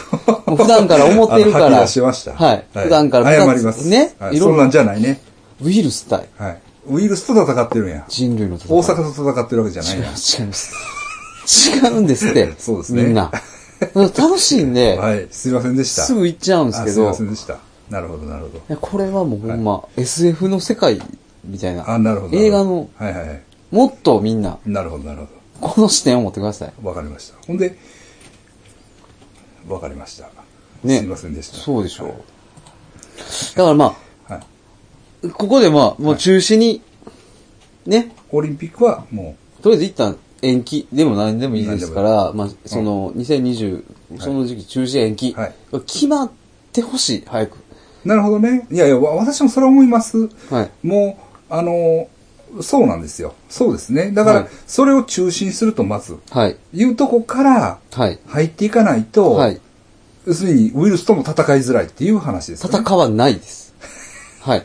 B: う普段から思ってるか
A: あの
B: ら
A: 吐き出しました。
B: はい普段から
A: 謝ります。
B: ね
A: はい
B: いろ
A: そ
B: んなん
A: なんじゃないね。
B: ウイルス対
A: はい。ウイルスと戦ってるんや。
B: 人類の戦い。
A: 大阪と戦ってるわけじゃないんや。
B: 違います。違うんですって。
A: そうですね
B: みんな。楽しいん で、
A: はい。すいませんでした。
B: すぐ行っちゃうんです
A: あ
B: け
A: すい
B: ど
A: ま、せんでした。なるほど、なるほど。
B: いやこれはもうほんま、SF の世界みたいな。
A: あ、なるほど。
B: 映画の、
A: はいはいはい。
B: もっとみんな、
A: なるほど、なるほ
B: この視点を持ってください。
A: ど。わかりました。ほんで、わかりました。
B: ね
A: すいませんでした。
B: そうでしょう。だからま
A: はい。
B: あ、ここでまあ、もう中止に、ね、
A: オリンピックはも
B: とりあえず一旦延期でも何でもいいですから、まあ、その、2020、その時期中止延期、
A: はい
B: 決まってほしい、早く。
A: う、なるほどね。いやいや、わ私もそれは思います。
B: はい。
A: もう、あの、そうなんですよ。そうですね。だから、
B: はい
A: それを中心すると、まず、
B: はい。
A: いうとこから
B: はい。
A: 入っていかないと、
B: はい。
A: 要するにウイルスとも戦いづらいっていう話です、ね。
B: 戦わな いです。はい。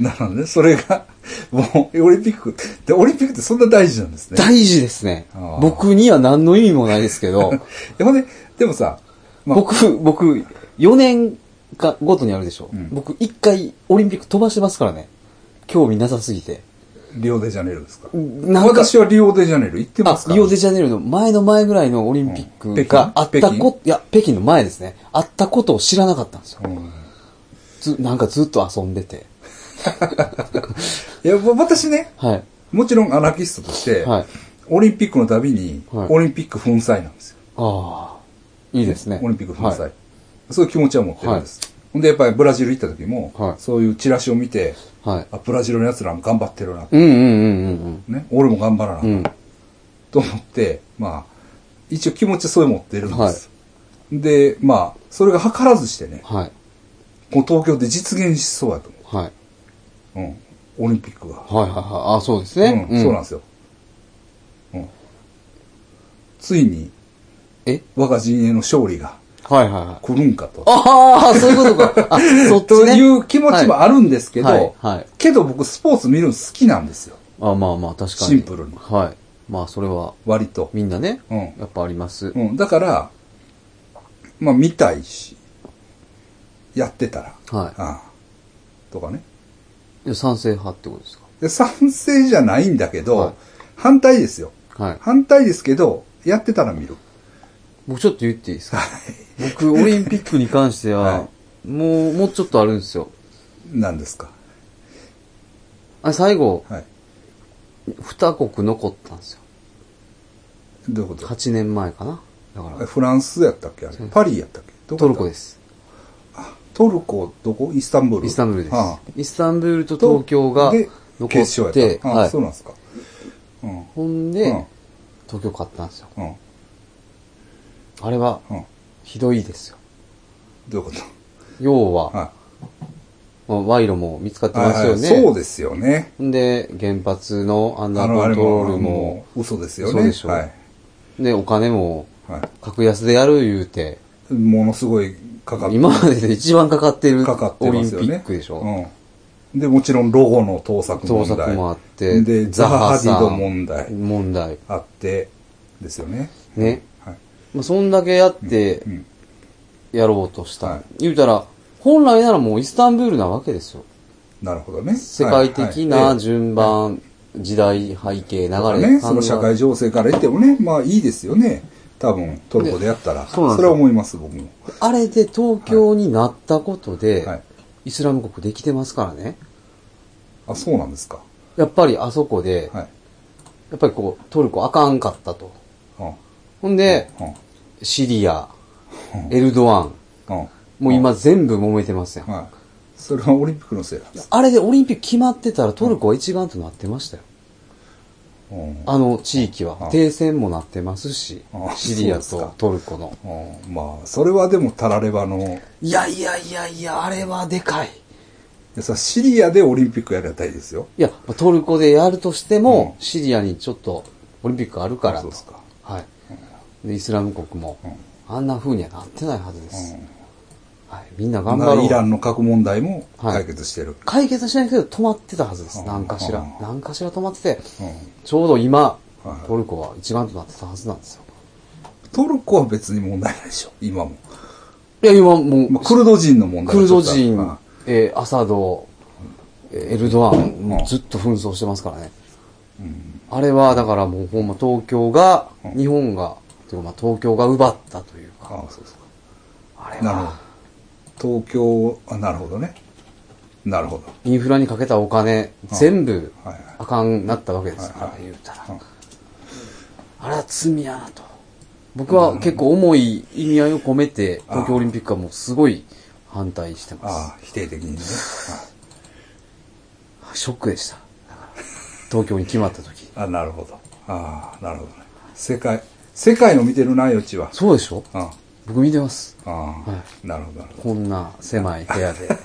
A: なので、ね、それが、もう、オリンピック、で、オリンピックってそんな大事なんですね。
B: 大事ですね
A: あー。
B: 僕には何の意味もないですけど、
A: いやほんで、でもさ、 まあ、
B: 僕、僕、4年かごとにあるでしょ。
A: うん
B: 僕、1回オリンピック飛ばしてますからね。興味なさすぎて。
A: リオデジャネイロですか。
B: なんか
A: 私はリオデジャネイロ行ってますから。
B: あ、リオデジャネイロの前の前ぐらいのオリンピッ
A: うん
B: ク
A: 北京
B: があったこ、いや、北京の前ですね。あったことを知らなかったんですよ。
A: うん
B: ず、なんかずっと遊んでて。
A: いや、わ私ね、
B: はい。
A: もちろんアナキストとして、
B: はい。
A: オリンピックのたびに、
B: はい
A: オリンピック粉砕なんですよ。
B: ああ、いいですね。
A: オリンピック粉
B: はい
A: 砕、そういう気持ちは持ってるんです。ほんで、やっぱりブラジル行った時も、
B: はい
A: そういうチラシを見て、
B: はい。
A: あ、ブラジルの奴らも頑張ってるな、
B: うんうんうん
A: ね、俺も頑張らな、
B: うんうん。うん。
A: と思って、まあ、一応気持ちはそういう持ってるんです。で、まあ、それが図らずしてね、
B: はい。
A: こう東京で実現しそうやと
B: はい。
A: 思う。うん。オリンピックが。
B: はいはいはい。あ、そうですね。
A: うん、そうなんですよ。うん。ついに、
B: え
A: 我が陣営の勝利が
B: はいはいはい。
A: 来るんかと。
B: ああ、そういうこと か。あ、そっ
A: と
B: ちね。
A: いう気持ちもあるんですけど、
B: はいはい
A: けど僕スポーツ見るの好きなんですよ。
B: あ、まあまあ、確かに。
A: シンプルに
B: はい。まあ、それは、
A: 割と。
B: みんなね、
A: うん
B: やっぱあります。
A: うん。だから、まあ見たいし、やってたら、
B: はい
A: ああとかね。
B: いや。賛成派ってことです
A: で賛成じゃないんだけど、
B: はい
A: 反対ですよ。
B: か。はい。
A: 反対ですけど、やってたら見る。
B: 僕ちょっと言っていいですか僕、オリンピックに関しては、
A: は
B: もう、もうちょっとあるんですよ。
A: なんですか。
B: あれ、最後、
A: はい。
B: 二国残ったんですよ。
A: どういうこと
B: 8年前かな。だから、
A: フランスやったっけあれパリやったっけどこ
B: ト
A: や
B: ル
A: った
B: コです。
A: トルコどこイスタンブール
B: イスタンブールです。
A: ああ
B: イスタンブールと東京が
A: で
B: 残
A: 決
B: っ
A: 勝や
B: て
A: っ、た。ああ
B: はい
A: そう。なんですか。うん。うん。
B: ほんで、
A: うん
B: 東京勝ったんですよ。
A: うん。
B: あれは、
A: うん。
B: ひどいですよ。
A: どういうこ
B: 要は、
A: とはい。
B: まあ、賄賂も見つかって
A: あ
B: ますよね。
A: そうですよね。
B: で、原発のアンダ
A: あ
B: ー
A: の、
B: コ
A: あ
B: ン
A: れ
B: トロー
A: も、
B: ルも
A: も、う嘘ですよね。
B: そうでしょう
A: はい。
B: で、お金も、
A: は
B: 格安でやる言うて、
A: い。ものすごいかかっ
B: 今までで一番かかってる
A: かかって
B: オリ
A: ま
B: ン
A: す
B: ピ
A: よね。
B: ックでしょ。
A: うん。で、もちろんロゴの盗作
B: 盗
A: 問
B: 作
A: 題。
B: もあって、
A: で、ザハハディド問題
B: 問題。
A: あって、ですよね。
B: ね。
A: はい。
B: まあ、そんだけやって
A: うん。
B: やろうとした。
A: はい
B: 言うたら、本来ならもうイスタンブールなわけですよ。
A: なるほどね。
B: 世界的
A: はい
B: な
A: はい
B: 順番、時代、背景、流れ、
A: ね、そ
B: 考
A: の
B: え
A: 社会情勢から言ってもね、まあいいですよね。多分、トルコでやったら。
B: でそうなんですよ
A: れは思います、僕も。
B: あれで東京になったことで、
A: はい。
B: イスラム国できてますからね。
A: あ、そうなんですか。
B: やっぱりあそこで、
A: はい。
B: やっぱりこう、トルコあかんかったと。
A: うん。
B: ほんで、
A: う
B: シリア、エルドアン、
A: ん。うん。
B: もう今全部揉めてますやん。
A: はい。それはオリンピックのせいなんです。
B: あれでオリンピック決まってたらトルコは一丸となってましたよ。
A: うん。
B: あの地域は
A: あ。
B: 停戦もなってますし
A: あ、
B: シリア
A: そうです
B: と
A: か
B: トルコの。
A: うんまあ、それはでもタラレバの、
B: いやいやいやいや、あれはでかい。
A: でさシリアでオリンピックやりたいですよ。
B: いや、まあトルコでやるとしても、
A: う
B: シリアにちょっとオリンピックあるから
A: そうで。
B: と
A: すか。
B: はい。で、イスラム国も、あんな風にはなってないはずです。はい。みんな
A: う
B: 頑
A: ん。
B: 張
A: な
B: ろ
A: イラ
B: う。
A: ンの核問題も
B: はい
A: 解決してる。
B: 解決はしないけど止まってたはずで
A: う
B: す。
A: ん
B: 何かしら
A: うん。
B: 何かしら止まってて、
A: うん
B: ちょうど今
A: は、い
B: トルコは一丸となってたはずなんですよ。
A: トルコは別に問題ないでしょ、今も。
B: いや、今もう、
A: まあ、クルド人の問題
B: ク
A: は
B: ル
A: ちょ
B: ド
A: っとある
B: 人
A: うん、
B: えーアサド、えーエルドアン、も
A: うん
B: うずっと紛争してますからね。あれは、だからもうほんま東京が、日本が、てかまあ東京が奪ったというか、
A: ああ、そうですか。
B: あれ
A: なる
B: は、
A: ほど。東京、あ、なるほどね。なるほど。
B: インフラにかけたお金、全部
A: はいはい、
B: あかんなったわけですか
A: は
B: ら、
A: い
B: 言うたら
A: うん。
B: あれは罪やなと。僕は結構重い意味合いを込めて、東京オリンピックはもうすごい反対してます。
A: ああ、否定的にね。はい
B: ショックでした。だから東京に決まった時。
A: あ、なるほど。ああ、なるほどね。世界、世界を見てるな、余地は。
B: そうでしょ
A: うん。あ
B: 僕見てます。
A: あ、
B: は
A: なるほど、なるほど。
B: こんな狭い部屋 で。はい。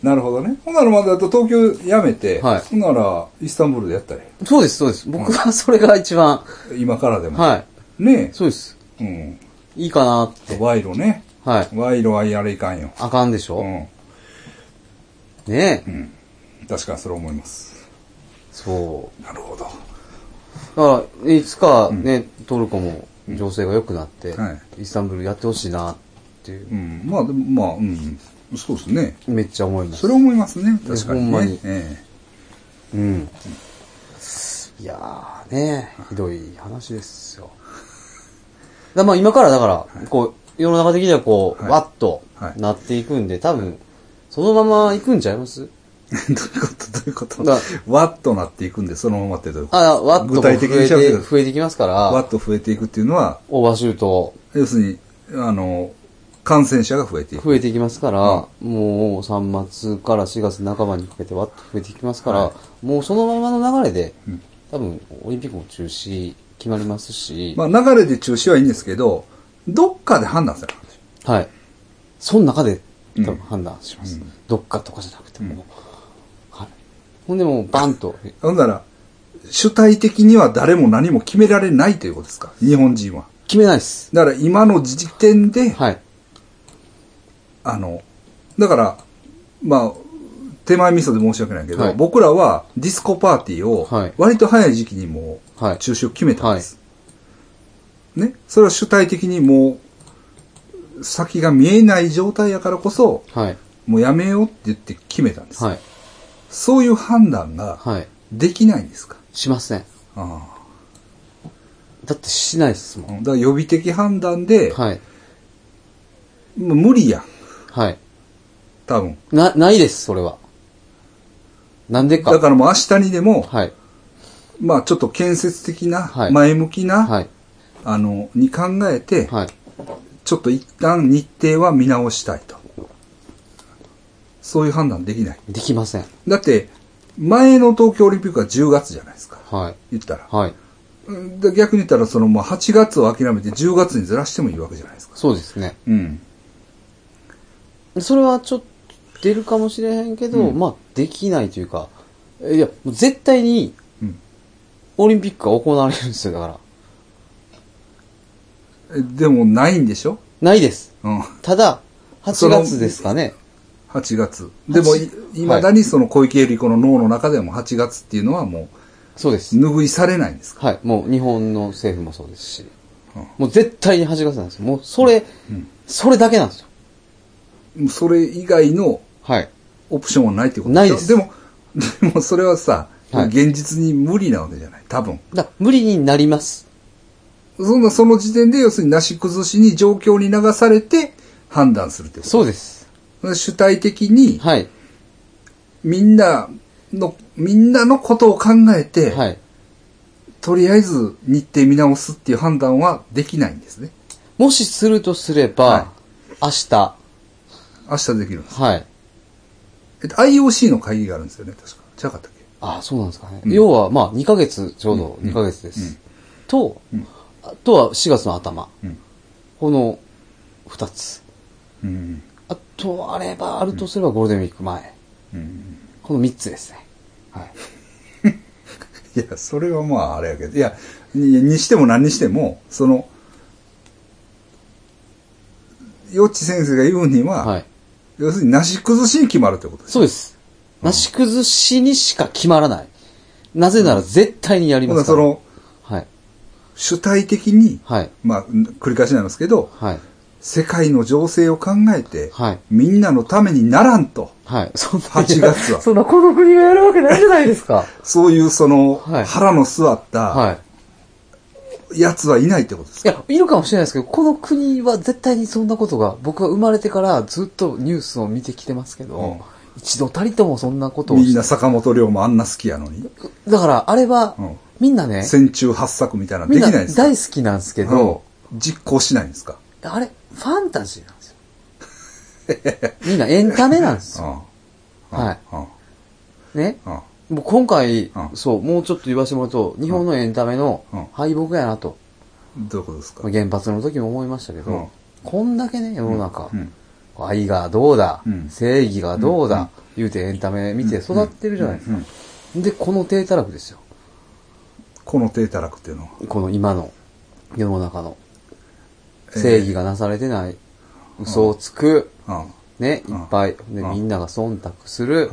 A: なるほどね。ほんならまだと東京やめて、
B: はい
A: ほんならイスタンブールでやったらえ
B: そうです、そうです。僕はそれが一番、
A: え今からでも。
B: は
A: ね
B: い。そうです。
A: え。うん。
B: いいかなって。
A: 賄賂ね。
B: はい。
A: 賄賂はやれいかんよ。
B: あかんでしょ、
A: うん。
B: ねえ、
A: 確かにそれ思います。
B: そう。
A: なるほど。
B: だから、いつかね、トルコも情勢が良くなって、
A: は
B: イスタンブールやってほしいなっていう
A: う、ん。まあ、でも、まあ、うん。そうですね。
B: めっちゃ思います。
A: それ思いますね。確かに、ね。
B: ほんまに
A: え
B: うん。いやーね、ひどい話ですよ。だまあ今からだから、こう、世の中的にはこう、
A: はい
B: わっと
A: はい
B: なっていくんで、多分、そのまま行くんちゃいます
A: えどういうことどういうこと
B: だ
A: わっとなっていくんで、そのままってどういうこと
B: あ、わっと
A: 具
B: こう
A: 体的
B: 増
A: に
B: え、
A: しゃべっててください
B: 増えていきますか
A: わ
B: ら、
A: っと増えていくっていうのは、
B: オーバーシュート
A: 要するに、あの、感染者が増えていく。
B: 増えていきますから、もう3月から4月半ばにかけてわっと増えていきますから、もうそのままの流れで、多分、オリンピックも中止決まりますし、
A: まあ、流れで中止はいいんですけど、どっかで判断せなあかんでしょ
B: はい。その中で、
A: う
B: 多
A: ん
B: 分判断します。どっかとかじゃなくても。はい。ほんでもう、バンと。
A: ほんなら、主体的には誰も何も決められないということですか日本人は。
B: 決めないです。
A: だから今の時点で、
B: はい。
A: あの、だから、まあ、手前味噌で申し訳ないけど、
B: はい
A: 僕らはディスコパーティーを
B: はい
A: 割と早い時期にも
B: は
A: う
B: い。
A: 中止を決めたんです。ね。それは主体的にもう先が見えない状態やからこそ、
B: はい。
A: もうやめようって言って決めたんです。
B: はい。
A: そういう判断が
B: はい。
A: できないんですか、
B: しません。
A: あ
B: だってしないですも
A: あ
B: ん。
A: だから予備的判断で、
B: はい。
A: もう無理やん。
B: はい。
A: 多分。
B: な、ないです、それは。なんでか。
A: だからもう明日にでも、
B: はい。
A: まあちょっと建設的な
B: は、い
A: 前向きな、
B: はい。
A: あの、に考えて、
B: はい。
A: ちょっと一旦日程は見直したいと。そういう判断できない。
B: できません。
A: だって、前の東京オリンピックは10月じゃないですか。
B: はい。
A: 言ったら。
B: はい。
A: うんで逆に言ったら、その、まあ、8月を諦めて10月にずらしてもいいわけじゃないですか。
B: そうですね。
A: うん。
B: それはちょっと出るかもしれへんけど、まあ、できないというか、いや、もう絶対に
A: うん、
B: オリンピックが行われるんですよ、だから。
A: えでも、ないんでしょ
B: ないです。
A: うん。
B: ただ、
A: そ
B: 8
A: の
B: 月ですかね。
A: 8月。でもい、いまだにその小池百合子の脳の中ではもう8月っていうのはも
B: そうです
A: う、。拭いされないんですか
B: はい。もう日本の政府もそうですし
A: うん。
B: もう絶対に8月なんですよ。もうそれ、それだけなんですよ。
A: もうそれ以外の
B: はい。
A: オプションはないってこと
B: ないです
A: でも、でもそれはさ、
B: はい
A: 現実に無理なわけじゃない多分。
B: だ無理になります。
A: そんな、その時点で要するになし崩しに状況に流されて判断するってこ
B: そうです。
A: と。主体的に、
B: はい。
A: みんなの、みんなのことを考えて、
B: はい。
A: とりあえず日程見直すっていう判断はできないんですね。
B: もしするとすれば、
A: は
B: 明日、
A: 明日できるんです。
B: はい。
A: えっと、IOC の会議があるんですよね、確か。違かったっけ
B: ああ、そうなんですかね。
A: うん
B: 要は、まあ、2ヶ月、ちょうど
A: うん
B: 2ヶ月です。
A: うん
B: と、
A: うん
B: あとは4月の頭。
A: うん。
B: この2つ。
A: うん。
B: あと、あれば、あるとすればゴールデンウィーク前。
A: うん。
B: この3つですね。はい。
A: いや、それはまあ、あれやけど。いや、ににしても何にしても、その、よっち先生が言うには、
B: はい。
A: 要するになし崩しに決まるってことです。
B: そうです。なし崩しにしか決まらない。なぜなら絶対にやり
A: ほ
B: ま
A: な
B: すか
A: そ
B: ら。
A: の、
B: はい。
A: 主体的に、
B: はい。
A: まあ、繰り返しになりますけど、
B: はい。
A: 世界の情勢を考えて、
B: はい。
A: みんなのためにならんと、
B: はい。そんな。
A: 8月は
B: そんな、この国がやるわけないじゃないですか。
A: そういうその、
B: はい
A: 腹の据わっ
B: は
A: た
B: い。
A: やつはいないってことです
B: い
A: か、
B: や、いるかもしれないですけど、この国は絶対にそんなことが、僕は生まれてからずっとニュースを見てきてますけど、
A: うん
B: 一度たりともそんなことを
A: みん
B: し
A: な坂本龍もあんな好きやのに、
B: だから、あれは、
A: うん
B: みんなね、
A: 戦中八作みたいなの
B: み
A: でき
B: ん
A: な
B: ない
A: んですか
B: 大好きなんですけど、
A: うん実行しないんですか、
B: あれ、ファンタジーなんですよ。 みんなエンタメなんです
A: うん
B: よ。
A: うん
B: はい
A: うん
B: ね。
A: うん
B: もう今回、
A: うん
B: そう、もうちょっと言わせてもらうと、日本のエンタメの
A: うん
B: 敗北やなと、
A: どういうことですか、
B: まあ原発の時も思いましたけど、
A: うん
B: こんだけね、世の中、
A: うん
B: 愛がどうだ、
A: うん
B: 正義がどうだ、言うてエンタメ見て育ってるじゃないですか。
A: うん
B: で、この低たらくですよ。
A: この低たらくっていうのは。
B: この今の世の中の正義
A: が。
B: がなされてない、嘘をつく、
A: うん
B: ね、い
A: う
B: っ
A: ん
B: ぱい、ね、
A: うん
B: みんなが忖度する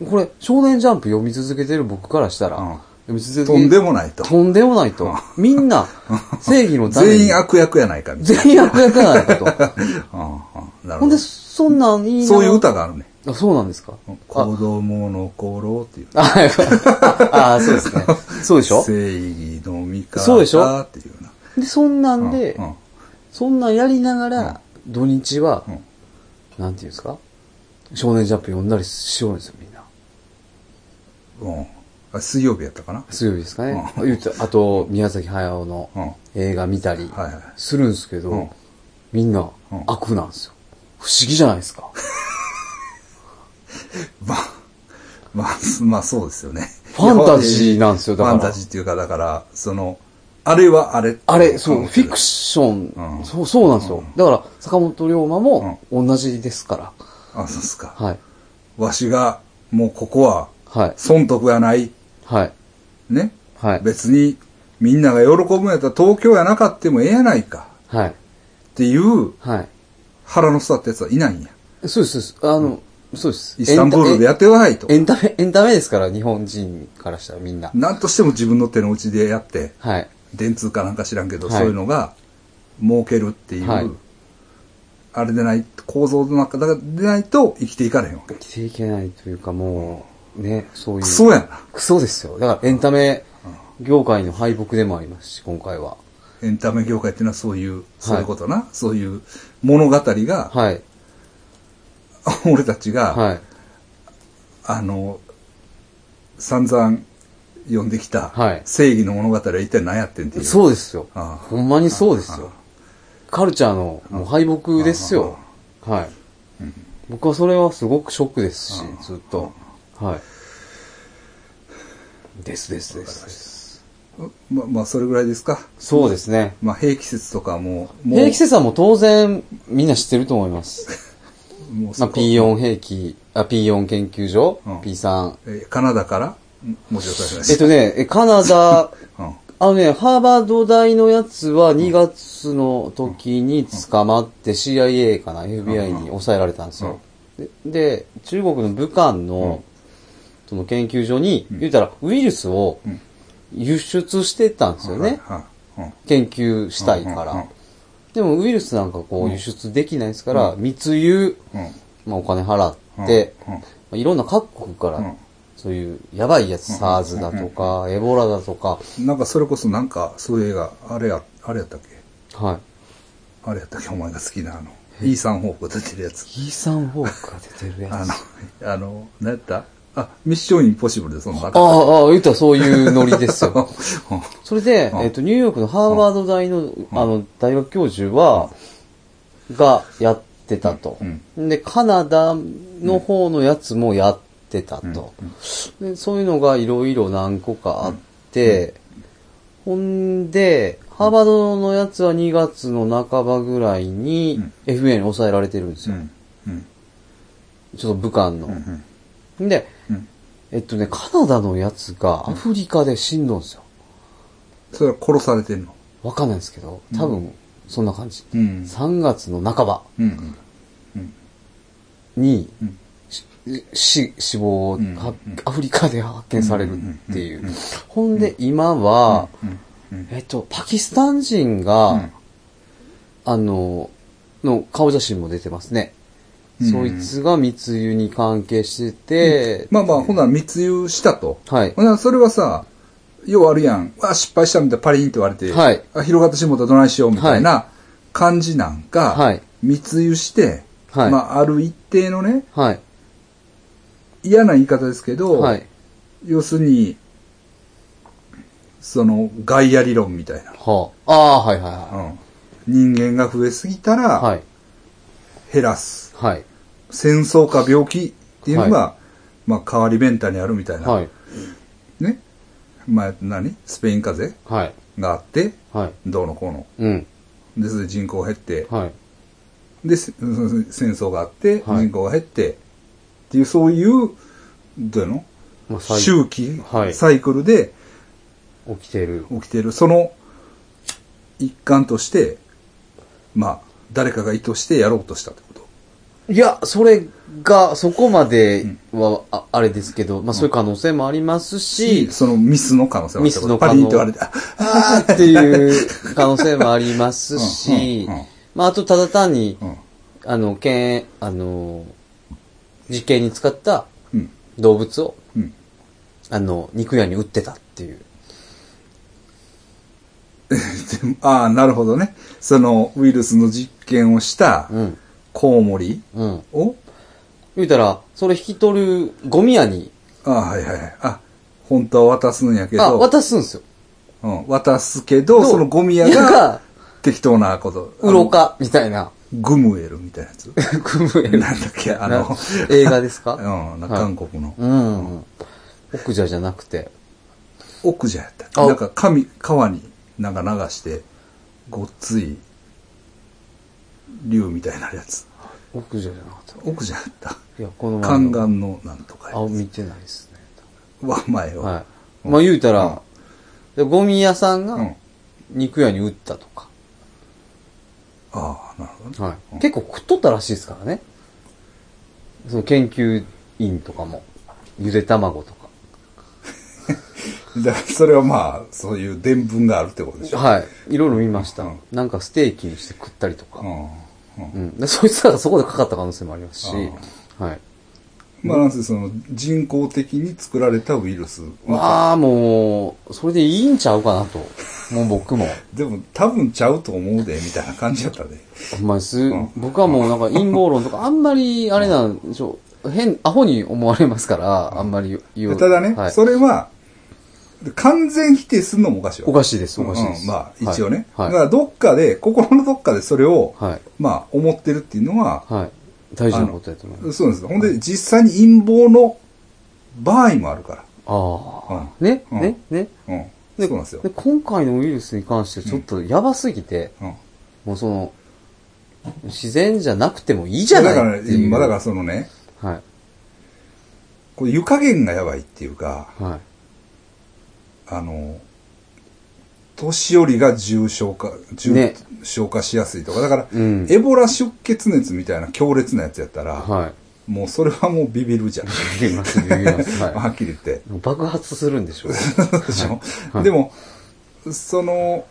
A: う。ん
B: これ、少年ジャンプ読み続けてる僕からしたら、
A: うん
B: 読み続け
A: とんでもないと。
B: とんでもないと。みんな、正義のために
A: 全員悪役やないかみたい
B: 全員悪役やない かと。
A: な。うんうんなる
B: ほん
A: ほ
B: で、
A: ど。
B: そんなんいいな
A: そういう歌があるね。
B: あ、そうなんですか。
A: 子供の頃っていう。
B: あ、はいあ、そうですね。そうで しょ
A: 正義の味方
B: そうでしょ
A: っていうな。
B: で、そんなんで、
A: うんうん
B: そんなんやりながら、土日は、
A: うん
B: なんていうんですか少年ジャンプ読んだりしようんですよ、みんな。
A: うんあ水曜日やったかな
B: 水曜日ですかね。
A: うん
B: 言うてあと、宮崎駿の
A: うん。はい
B: 映画見たり
A: はい。
B: するんですけど、
A: うん
B: みんな
A: うん
B: 悪なんですよ。不思議じゃないですか。
A: まあ、まあ、まあそうですよね。
B: ファンタジーなんですよ
A: フ
B: だから
A: ァンタジーっていうか、だから、その、あれはあれ。
B: あれ、そう、フィク
A: シ
B: ション、
A: うん
B: そう、そうなんですよ。
A: うん
B: だから、坂本龍馬も同じですから。
A: ョン。あ、そうっすか。
B: はい。
A: わしが、もうここは、
B: はい。
A: 損得やない。
B: はい。
A: ね。
B: はい。
A: 別に、みんなが喜ぶんやったら東京やなかってもええやないか。
B: はい。
A: っていう
B: はい。
A: 腹の座ったやつはいないんや。
B: そうです、そうです。あの、そうです。
A: イスタンブールでやってないと
B: エ。ンタメ、エンタメですから、日本人からしたらみんな。
A: なんとしても自分の手の内でやって、
B: はい。
A: 電通かなんか知らんけど、
B: はい
A: そういうのが儲けるっていう、
B: はい
A: あれでない、構造の中でないと生きていかれへんわけ。
B: 着ていけないというか、もう、ね、そういう。
A: クソやな。
B: クソですよ。だからエンタメ業界の敗北でもありますし、今回は。
A: エンタメ業界っていうのはそういう、そういうことな。そういう物語が、
B: はい。
A: 俺たちが、
B: はい。
A: あの、散々読んできた、
B: はい
A: 正義の物語は一体何やってんっていう。
B: そうですよ。
A: ああ
B: ほんまにそうですよ。カルチャーのもう敗北ですよ。はい。僕はそれはすごくショックですし、ずっと。はい。ですですです。
A: ままあ、それぐらいですか。
B: そうですね。
A: まあ、平気説とかもう、もう、
B: 兵器説はもう当然みんな知ってると思 います。
A: もう
B: ま
A: そ
B: あ、
A: こ
B: P4 兵器、あ、P4 研究所、
A: うん
B: P3。
A: えーカナダからんもうちょっとお願いします
B: えっとね、えカナダ、
A: うん
B: ああのね、ハーバード大のやつは2月の時に捕まって CIA かな、FBI に抑えられたんですよ。でで、中国の武漢の、その研究所に、言うたらウイルスを
A: ん
B: 輸出してたんですよね。
A: はいはい
B: 研究したいか
A: うんうんうん
B: ら。でもウイルスなんかこう輸出できないですから、密輸、
A: うん
B: まあ、お金払って、
A: うん
B: まあ、いろんな各国か
A: うん
B: ら、そういうやばいやつ、SARS だとか、エボラだとか、
A: うんなんかそれこそなんかそういう映画あれやあれやったっけ
B: はい。
A: あれやったっけお前が好きなあのイーサン・ホーク出てるやつ
B: イーサン・ホークが出てるや
A: あ
B: つ。あ
A: のあの何やったあミッション・インポッシブルでその中
B: あ、ああ、言ったらそういうノリですよ。
A: うん
B: それで
A: う、ん
B: えっと、ニューヨークのハーバード大の、あの、大学教授は、がやってたと。で、カナダの方のやつもやってたと。でそういうのがいろいろ何個かあって、ほんで、ハーバードのやつは2月の半ばぐらいに
A: ん
B: FA に抑えられてるんです
A: う
B: よ。
A: んうん
B: ちょっと武漢の。
A: うん
B: で、
A: うん
B: えっとね、カナダのやつがアフリカで死んどんですよ。
A: それは殺されてんの
B: わかんないですけど、多分、そんな感じ。
A: うん
B: 3月の半ば
A: うん
B: に
A: うん、
B: しし死亡を
A: ん
B: はアフリカで発見されるっていう
A: うんうんうんうん。
B: ほんで、今は、
A: うんうん
B: えっと、パキスタン人
A: う
B: が
A: ん、
B: あの、の顔写真も出てますね。
A: うん
B: そいつが密輸に関係してて、
A: まあまあほんなら密輸したと
B: はい
A: ほ。んならそれはさようあるやんわ失敗したみたいなパリンって言われて、
B: はい
A: あ広がってしもうたらどないしようみたいな感じなんか、
B: はい
A: 密輸して、
B: はい
A: まあある一定のね
B: はい。
A: 嫌な言い方ですけど、
B: はい。
A: 要するにその外野理論みたいな、
B: はあ。ああー、はいはいは
A: うん、人間が増えすぎたら、
B: い。はい。
A: 減らす
B: はい。
A: 戦争か病気っていうのが、まあ、代わり弁当にあるみたいな、
B: はい。
A: ね、まあ、何スペイン風邪
B: はい。
A: があって
B: はい。
A: どうのこうの
B: うん。
A: でそれで人口減って、
B: はい。
A: でせ うん戦争があって
B: はい
A: 人口が減って、っていうそういうどういうの
B: まあ、最近
A: 周期、
B: はい
A: サイクルで
B: 起きてる。
A: 起きてるその一環としてまあ誰かが意図してやろうとしたってこと
B: いや、それが、そこまでは、ああれですけど、まあ、そういう可能性もありますし、
A: そのミスの可能性もあるってこと
B: ミスの可
A: パ
B: 能
A: リンって言われてあ
B: あーっていう可能性もありますし
A: うんうんうん、
B: まあ、あと、ただ単に、
A: うん
B: あの、けあの、実験に使った
A: うん
B: 動物を、
A: うん
B: あの、肉屋に売ってたっていう。
A: でああなるほどねそのウイルスの実験をした
B: うん。
A: コウモリ
B: うん。
A: を
B: 言うたら、それ引き取るゴミ屋に、
A: ああはいはいはいあ本当は渡すんやけ
B: あ、
A: ど
B: 渡すんですよ。
A: うん、渡すけど
B: どう
A: そのゴミ屋
B: いや
A: が
B: が
A: 適当なこと
B: うろか、みたいな。
A: あのグムエルみたいなやつなんだっけあの
B: 映画です か
A: うん、な
B: はい
A: 韓国の、
B: うん。奥じゃじゃなくて。
A: 奥じゃやったっけ
B: あ
A: なんか紙川になんか流してごっつい竜みたいなやつ
B: 奥じゃじゃなかった。
A: 奥じゃやった
B: いや、この前
A: 宦
B: の。
A: 官のなんとかや
B: あ、見てないですね。
A: は前を、
B: はい。まあ言うたら、でゴミ屋さん
A: うん、
B: が
A: あ
B: 肉屋に売ったとか。
A: あなるほどね
B: はい。結構食っとったらしいですからね。その研究員とかも。ゆで卵とか。
A: だからそれはまあそういう伝聞があるってことでしょ、
B: はい。いろいろ見ました
A: うん。
B: なんかステーキにして食ったりとか
A: う。んうん
B: うん。でそいつらがそこでかかった可能性もありますし。はい。
A: まあなんせその人工的に作られたウイルスは
B: まあもう、それでいいんちゃうかなと。もう僕も。
A: でも多分ちゃうと思うでみたいな感じやったで
B: ほんまです、僕はもうなんか陰謀論とかあんまりあれなんでしょう、変、アホに思われますから、あんまり言う。
A: ただね、
B: はい、
A: それは完全否定するのもおかしいわ
B: おかしいです、おかしいです。
A: うんまあ一応ね、
B: はい。
A: だか
B: は
A: らどっかで心のどっかでそれを、
B: い。はい。
A: まあ思ってるっていうのは、
B: はい大事なことだと思います。
A: そうなんですよほんで実際に陰謀の場合もあるか
B: ああ、
A: うん
B: ね、
A: うん
B: ね、ね。
A: ら、うん、そうなんですよ
B: で、、今回のウイルスに関してちょっとやばすぎて、
A: うん
B: もうその、自然じゃなくてもいいじゃない
A: だから
B: っていう。
A: まあだからそのね
B: はい。
A: これ湯加減がやばいっていうか
B: はい。
A: あの年寄りが重症化、重
B: ね
A: 症化しやすいとか、だから、
B: うん
A: エボラ出血熱みたいな強烈なやつやったら、
B: は
A: もうそれはもうビビるじゃん。
B: い。ビビります、ビビりま す。
A: は
B: は
A: っきり言って。
B: い。爆発するんでしょう。
A: でしょ
B: は い
A: でも、その、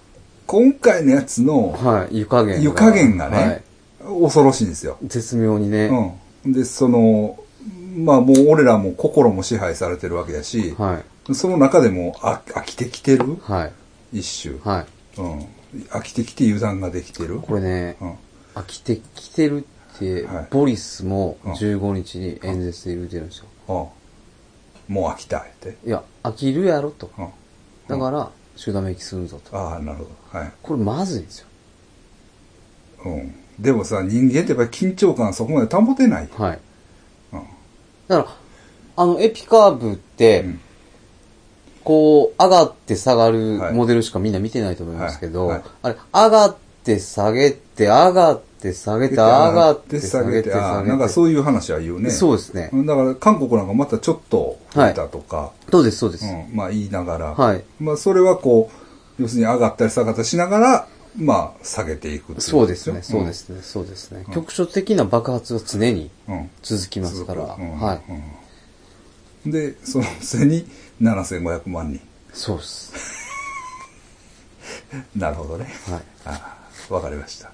A: 今回のやつの
B: はい。湯加減が。
A: 湯加減がね、
B: はい。
A: 恐ろしいんですよ。
B: 絶妙にね。
A: うん。で、その、まあもう俺らも心も支配されてるわけやし、
B: はい。
A: その中でもあ飽きてきてる
B: はい。
A: 一種。
B: はい。
A: うん。飽きてきて油断ができてる。
B: これね、
A: うん。
B: 飽きてきてるって、
A: はい
B: ボリスも
A: うん
B: 15日に演説で言うてるんですよ。
A: あもう飽きたって。
B: いや、飽きるやろと。
A: うん。
B: だから、集団免疫するぞと。
A: ああ、なるほど。はい。
B: これまずいんですよ。
A: うん。でもさ、人間ってやっぱり緊張感そこまで保てない。
B: はい。
A: うん。
B: だから、あの、エピカーブって、
A: うん
B: こう、上がって下がる
A: はい
B: モデルしかみんな見てないと思いますけど、
A: はいはい
B: あれ、上がって下げて、上がって下げて、上がって下げて、
A: ああ
B: 下げて。
A: なんかそういう話は言うね。
B: そうですね。
A: だから韓国なんかまたちょっと増えたとか、
B: そうです、そうです。
A: うん、まあ言いながら、
B: はい
A: まあそれはこう、要するに上がったり下がったりしながら、まあ下げていくってい。
B: そうですね、そうですすね、そうですね。局所的な爆発は常に
A: うん。
B: 続きますから、
A: 続くうん
B: はい。
A: うんで、そのせに7500万人。
B: そうです。
A: なるほどね。
B: はい。
A: ああ、わかりました。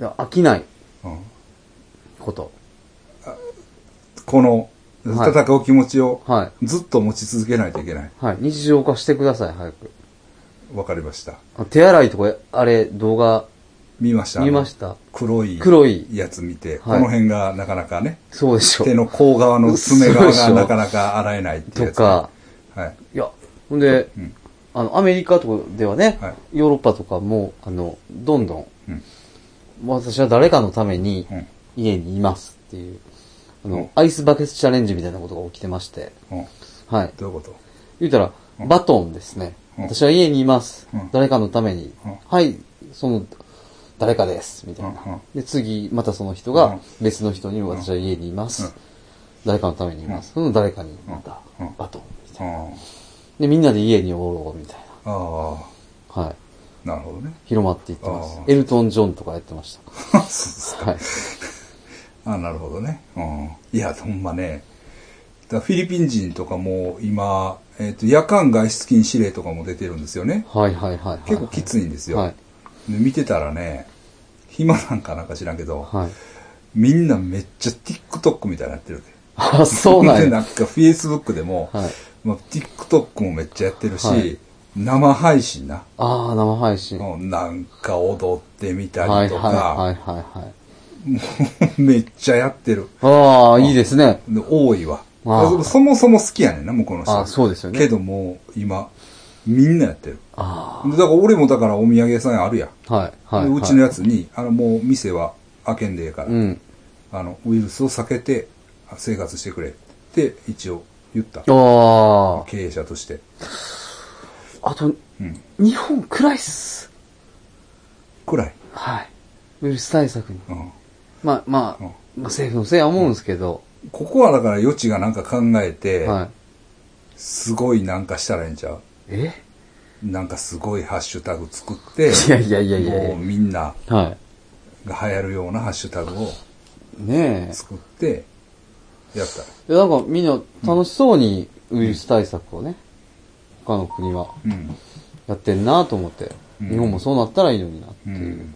B: だから飽きない
A: うん、
B: こと。
A: この、
B: はい
A: 戦う気持ちを
B: は
A: ずっと持ち続けないといけない。
B: い。はい。日常化してください、早く。
A: わかりました。
B: あ手洗いとか、あれ、動画
A: 見ました
B: 見ました。
A: 黒い
B: 黒い
A: やつ見て、
B: はい
A: この辺がなかなかね、
B: そうでしょ
A: 手。の甲側の爪側
B: そうでし
A: が
B: ょ
A: なかなか洗えないっていう
B: と
A: やつね、
B: か、
A: はい。
B: いや、ほんで、
A: うん
B: あの、アメリカとかではね、
A: は
B: ヨーロッパとかも、あの、どんどん、
A: うん
B: 私は誰かのために
A: うん
B: 家にいますっていう、あの、
A: うん
B: アイスバケツチャレンジみたいなことが起きてまして、
A: うん
B: はい。
A: どういうこと
B: 言うたら、バトンですね。
A: うん
B: 私は家にいます。
A: うん
B: 誰かのために、
A: うん
B: はい、その、誰かです。みたいな。
A: うんうん
B: で、次、またその人
A: う
B: が
A: ん、
B: 別の人に、私は家にいま
A: う
B: す。
A: ん
B: 誰かのためにいます。その誰かに、また
A: うんうん、
B: バトン。みたいな
A: うん
B: で、みんなで家におろう、みたい
A: あ
B: な。はい。
A: あ、なるほどね。
B: 広まっていってます
A: あ。ー
B: エルトン・ジョンとかやってま
A: そ
B: し
A: うです
B: た。はい。
A: あなるほどね。うん、いや、ほんまね。だフィリピン人とかも今、えっと夜間外出禁止令とかも出てるんですよね。
B: はいはいはいはい。
A: 結構きついんですよ。
B: はい。
A: で見てたらね、暇なんかなんか知らんけど、
B: はい。
A: みんなめっちゃ TikTok みたいになってるで。
B: あ、そうなん
A: で、
B: や。
A: なんか Facebook でも、
B: はい。
A: まあ、TikTok もめっちゃやってるし、
B: はい
A: 生配信な。
B: ああ、生配信。はい
A: うんなんか踊ってみた
B: はい
A: りとか、
B: はいはいはい。
A: めっちゃやってる。
B: ああ、いいですね。
A: で多いわ。
B: あー
A: そもそも好きやねんな、向こうの人。
B: あそうですよね
A: けどもう、今、みんなやってる。
B: あ
A: でだから俺もだからお土産屋さんあるやん。
B: あ、はい、はい。
A: でうち
B: ね
A: のやつに、あの、もう店は開けんでええから、
B: うん。
A: あの、ウイルスを避けてあ生活してくれって一応言った。
B: あ
A: 経営者として。
B: あ、あと、
A: うん。
B: 日本暗いっす。
A: くらい。
B: はい。ウイルス対策に。
A: うん。
B: まあ、まあ、
A: うん
B: まあ、政府のせいは思うんですけど、
A: ここはだから余地がなんか考えて、
B: はい。
A: すごいなんかしたらええんちゃう
B: え
A: なんかすごいハッシュタグ作って、
B: いやいやいやいや
A: も
B: い
A: うみんな
B: や。は
A: が流行るようなハッシュタグを
B: い。ね
A: 作って、やったら。
B: え。なんかみんな楽しそうにウイルス対策をね、他の国は
A: うん。
B: やってんなと思って、
A: うん
B: 日本もそうなったらいいのになって
A: う
B: いう。
A: ん。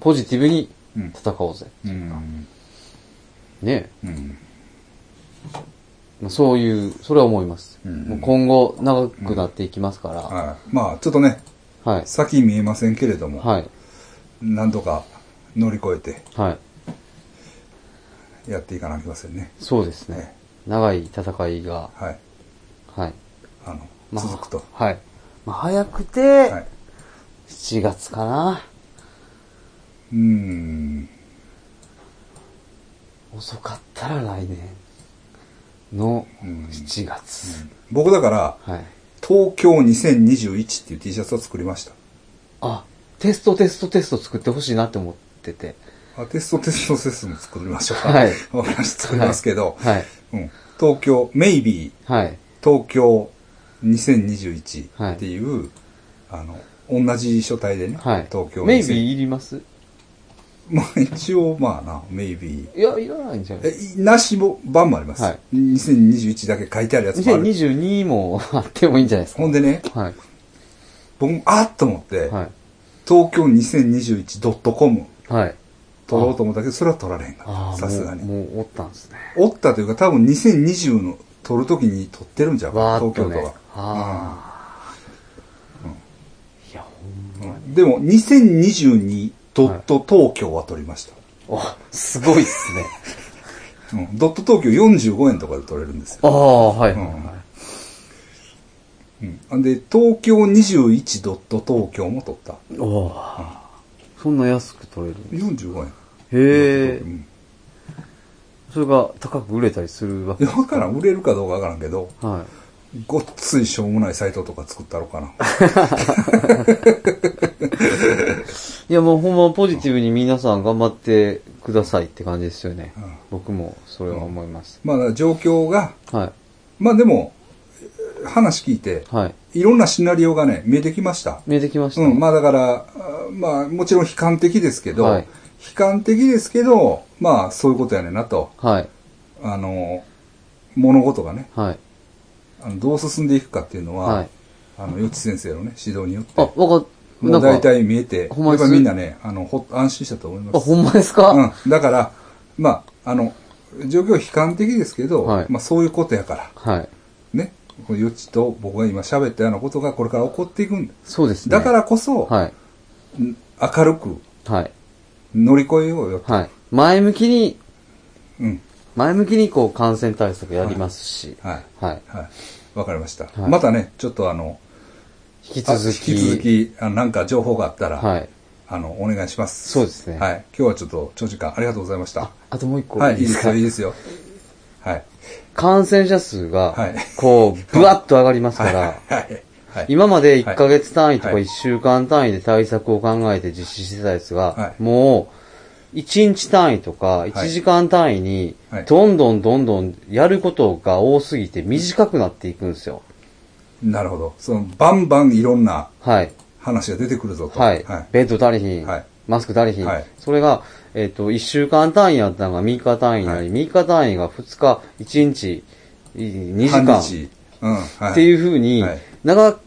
B: ポジティブに
A: うん
B: 戦おうぜ。
A: うん。
B: ねえ。
A: うん。
B: まあ、そういう、それは思います。
A: うん
B: もう今後長くなっていきますから、
A: はい。まあ、ちょっとね、
B: はい。
A: 先見えませんけれども、
B: はい。
A: なんとか乗り越えて
B: はい。
A: やっていかなきゃいけませんね。
B: そうですね。長い戦いが、
A: はい。
B: はい。
A: あの、
B: まあ
A: 続くと。
B: はい。まあ、早くて、
A: はい。
B: 7月かな。
A: うーん。
B: 遅かったら来年の
A: うん
B: 7月。
A: 僕だから、
B: はい。
A: 東京2021っていう T シャツを作りました。
B: あ、テストテストテスト作ってほしいなって思ってて。
A: あテストテストテストも作りましょうか。
B: はい
A: お話作りますけど、
B: はい。
A: うん、東京、メイビー
B: はい。
A: 東京2021っていう、あの、同じ書体でね、
B: はい。
A: 東京
B: メイビーいります
A: まあ一応まあな、メイビー。
B: いや、いらないんじゃない
A: えいなしも版もあります、
B: はい
A: 2021だけ書いてあるやつもある。
B: 2022もあってもいいんじゃないですか。
A: ほんでね、
B: はい。
A: 僕もあっと思って、
B: はい。
A: 東京 2021.com
B: はい。
A: 取ろうと思ったけど、それは取られへんか
B: あ
A: った。さ
B: あ、
A: すがに。
B: もう、もうおったんですね。
A: おったというか、多分2020の取るときに取ってるんじゃう
B: わーっ
A: 東京
B: とね。
A: 都は。
B: ああ。いや、ほんまに。
A: でも、2022ドット東京は取りました。
B: お、すごいっすね。
A: うん、ドット東京45円とかで取れるんですよ。
B: ああ、はいはい
A: うん
B: は
A: うん、で、東京21ドット東京も取った。
B: い。おお。そんな安く取れる
A: 45円。
B: へえ
A: う。ん
B: それが高く売れたりするわ
A: い
B: け。
A: や、わからん。売れるかどうかわからんけど、
B: は
A: ごっついしょうもないサイトとか作ったろうかな。
B: い。いや、もうほんまポジティブに皆さん頑張ってくださいって感じですよね
A: うん。
B: 僕もそれは思います。
A: まあ、だから状況が、
B: は
A: まあでも、話聞いて
B: い。、はい。
A: いろんなシナリオがね、見えてきました。
B: 見えてきました。
A: うん、まあだから、あーまあもちろん悲観的ですけど、
B: はい
A: 悲観的ですけど、まあそういうことやねんなと。
B: はい。
A: あの、物事がね、
B: はい。
A: あのどう進んでいくかっていうのは、
B: はい。
A: あの、よち先生のね、指導によって、
B: あ、わかっ、
A: も
B: な
A: うん
B: か、
A: 大体見えて、や
B: ほんま
A: っ
B: です
A: ぱみんなね、あの、ほ、安心したと思います
B: あ、。ほんまですか、
A: うん。だから、まあ、あの、状況悲観的ですけど、
B: はい
A: まあそういうことやから、
B: はい。
A: ね。この余地と僕が今喋ったようなことがこれから起こっていくんだ。
B: そうですね。
A: だからこそ、
B: はい。
A: ん明るく
B: はい。
A: 乗り越えようよ。
B: はい。前向きに、
A: うん。
B: 前向きにこう感染対策やりますし、
A: はい。
B: はい。
A: はい。わかりました。
B: はい
A: またね、ちょっとあの、
B: 引き
A: あ
B: 続き、
A: 引き続き、あなんか情報があったら、
B: はい。
A: あの、お願いします。
B: そうですね
A: はい。今日はちょっと長時間ありがとうございました。
B: あともう一個
A: はいい、
B: い
A: いい
B: で
A: ですす
B: か
A: よ、いいですよ。はい。
B: 感染者数が、
A: はい
B: こう、ブワッと上がりますから、
A: はい。はい。
B: 今まで1ヶ月単位とか
A: はい
B: 1週間単位で対策を考えて実施してたやつが、
A: はい
B: もう、1日単位とか1時間単位に
A: はい、
B: どんどんどんどんやることが多すぎて短くなっていくんですよ。
A: なるほど。その、バンバンいろんな
B: はい。
A: 話が出てくるぞと。
B: はい。
A: はい。
B: ベッド足りひん。
A: はい
B: マスク足りひん。
A: はい
B: それが、えっ、と、1週間単位やったのが3日単位になり、3日単位が2日、1日、2時間。
A: 半日うん。はい。
B: っていうふうに
A: はい、
B: 長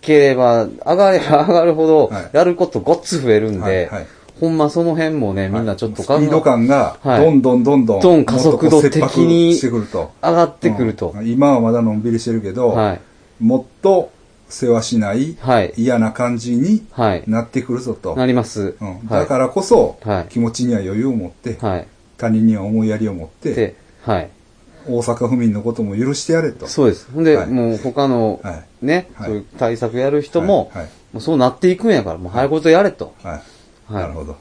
B: ければ上がれば上がるほど
A: はい、
B: やることごっつ増えるん
A: はい
B: で
A: はい、
B: ほんまその辺もね、みんなちょっと
A: スピード感が、
B: はい
A: どんどんどんどん、
B: どん加速度的
A: もっと
B: に
A: こう切迫してくると。
B: 上がってくると。
A: うん今はまだのんびりしてるけど、
B: はい
A: もっと世話しない、
B: はい
A: 嫌な感じに
B: はい。
A: なってくるぞと。
B: なります。
A: うん、
B: は
A: だ
B: い
A: からこそ、
B: はい
A: 気持ちには余裕を持って、
B: はい。
A: 他人には思いやりを持って、
B: で、はい。
A: 大阪府民のことも許してやれと。
B: そうです。ほんで、
A: はい
B: もう他の
A: はい、
B: ね、
A: はい
B: そういう対策やる人も
A: はいはい、
B: もうそうなっていくんやから、もう早いことやれと。
A: はい。
B: はい
A: なるほど。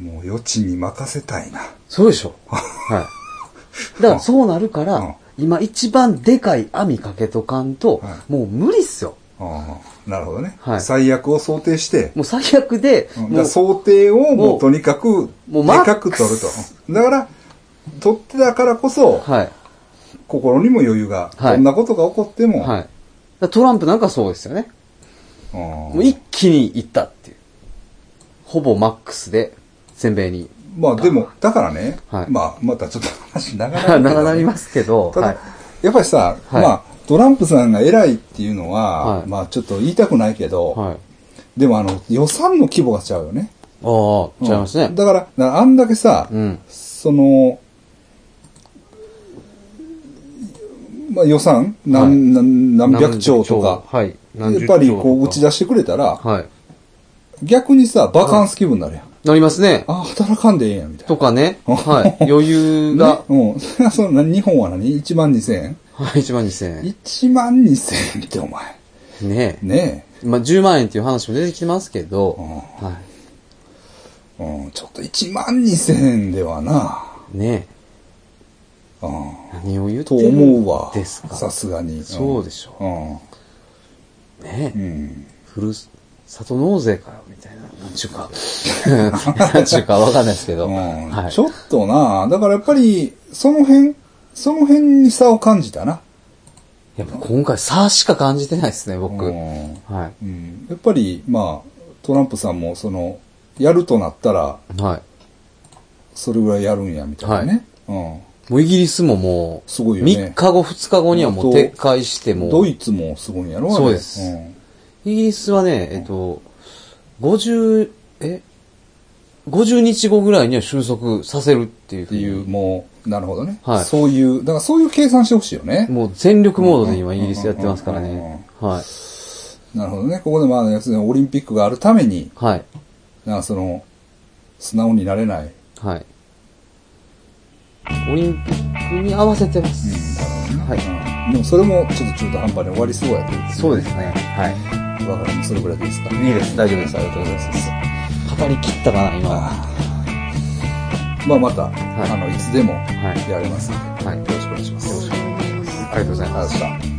A: もう余地に任せたいな。
B: そうで しょ。はい。だからそうなるか
A: うん
B: ら、今一番でかい網かけとかんと
A: は、
B: もう無理っすよ。
A: ああなるほどね、
B: はい
A: 最悪を想定して、
B: もう最悪で、
A: うんだか
B: も
A: ら
B: う
A: 想定をも
B: も
A: う
B: う
A: とにかく、
B: も
A: で
B: うマッ
A: かく
B: ク
A: 取ると
B: ス。
A: うんだから、取ってたからこそ、
B: はい。
A: 心にも余裕が、
B: はい
A: どんなことが起こっても、
B: はい。だからトランプなんかそうですよね。
A: うん
B: もう一気にいったっていう。ほぼマックスで、全米に。
A: まあでも、だからね、
B: はい
A: まあまたちょっと話長な
B: 長
A: るけど
B: なりますけど、
A: ただ、
B: はい。
A: やっぱりさ、
B: はい
A: まあ、トランプさんが偉いっていうのは、
B: はい
A: まあちょっと言いたくないけど、
B: はい。
A: でもあの、予算の規模がちゃうよね。
B: ああ、ちゃいます
A: うん
B: ね。
A: だから、だからあんだけさ、
B: うん。
A: その、まあ予算、何,、
B: はい
A: 何何百兆とか、
B: はい。
A: や
B: 何
A: っ
B: 十兆
A: ぱりこう打ち出してくれたら、
B: はい。
A: 逆にさ、バカンス気分になるやん。
B: なりますね。
A: あ、働かんでええんや、みたいな。
B: と かね。はい。余裕が、
A: ねうん。 それはその、何日本は何 ?1 万2千円
B: はい、1万2000
A: ?1 万2千円ってお前。
B: 円。ねえ。
A: ね
B: まあ、10万円っていう話も出てきてますけど、
A: ん
B: は
A: え。うん、ちょっと1万2千円ではな。
B: い。ね
A: うん。
B: え。何を言う
A: と
B: てる
A: 思うわ。
B: ですか。
A: さすがに。ん
B: そうでしょ
A: う
B: ねえ
A: ん。。うん。
B: ふるさと納税かよ、みたいな。なんちゅう か。なんちゅうかわかんないですけど。
A: うん
B: はい。
A: ちょっとな。だからやっぱり、その辺、その辺に差を感じたな。
B: いやっぱ今回差しか感じてないですね、僕。はい。
A: うん
B: は
A: うんやっぱり、まあ、トランプさんも、その、やるとなったら、
B: い。
A: それぐらいやるんや、みたいなね。うん。
B: もうイギリスももう、
A: すごいよね
B: 3日後、2日後にはもう撤回して、も
A: ド
B: う、イ
A: イツもすごいんやろ
B: そうですギリスはね、えっと、50、え ?50 日後ぐらいには収束させるっていう
A: っ
B: ふ
A: て
B: う
A: い
B: に
A: う、もう、なるほどね。
B: はい
A: そういう、だからそういう計算してほしいよね。
B: もう全力モードで今イギリスやってますからね。はい。
A: なるほどね。ここでまあ、要するにオリンピックがあるために、
B: はい。
A: なんかその、素直になれない。
B: はい。オリンピックに合わせてま
A: うん
B: す。
A: なるほどね
B: は
A: うんでもそれもちょっと中途半端に終わりそうやけど
B: そうですね。は
A: だからもうそれぐらいでいいですかね。
B: いいです。大丈夫です。ありがとうございます。語り切ったかな、今。は
A: まあまた、
B: い
A: あの、いつでも
B: い。
A: やれますんで、
B: はい
A: よろしくお願いします。
B: ありがとうござい
A: ありがとうございました。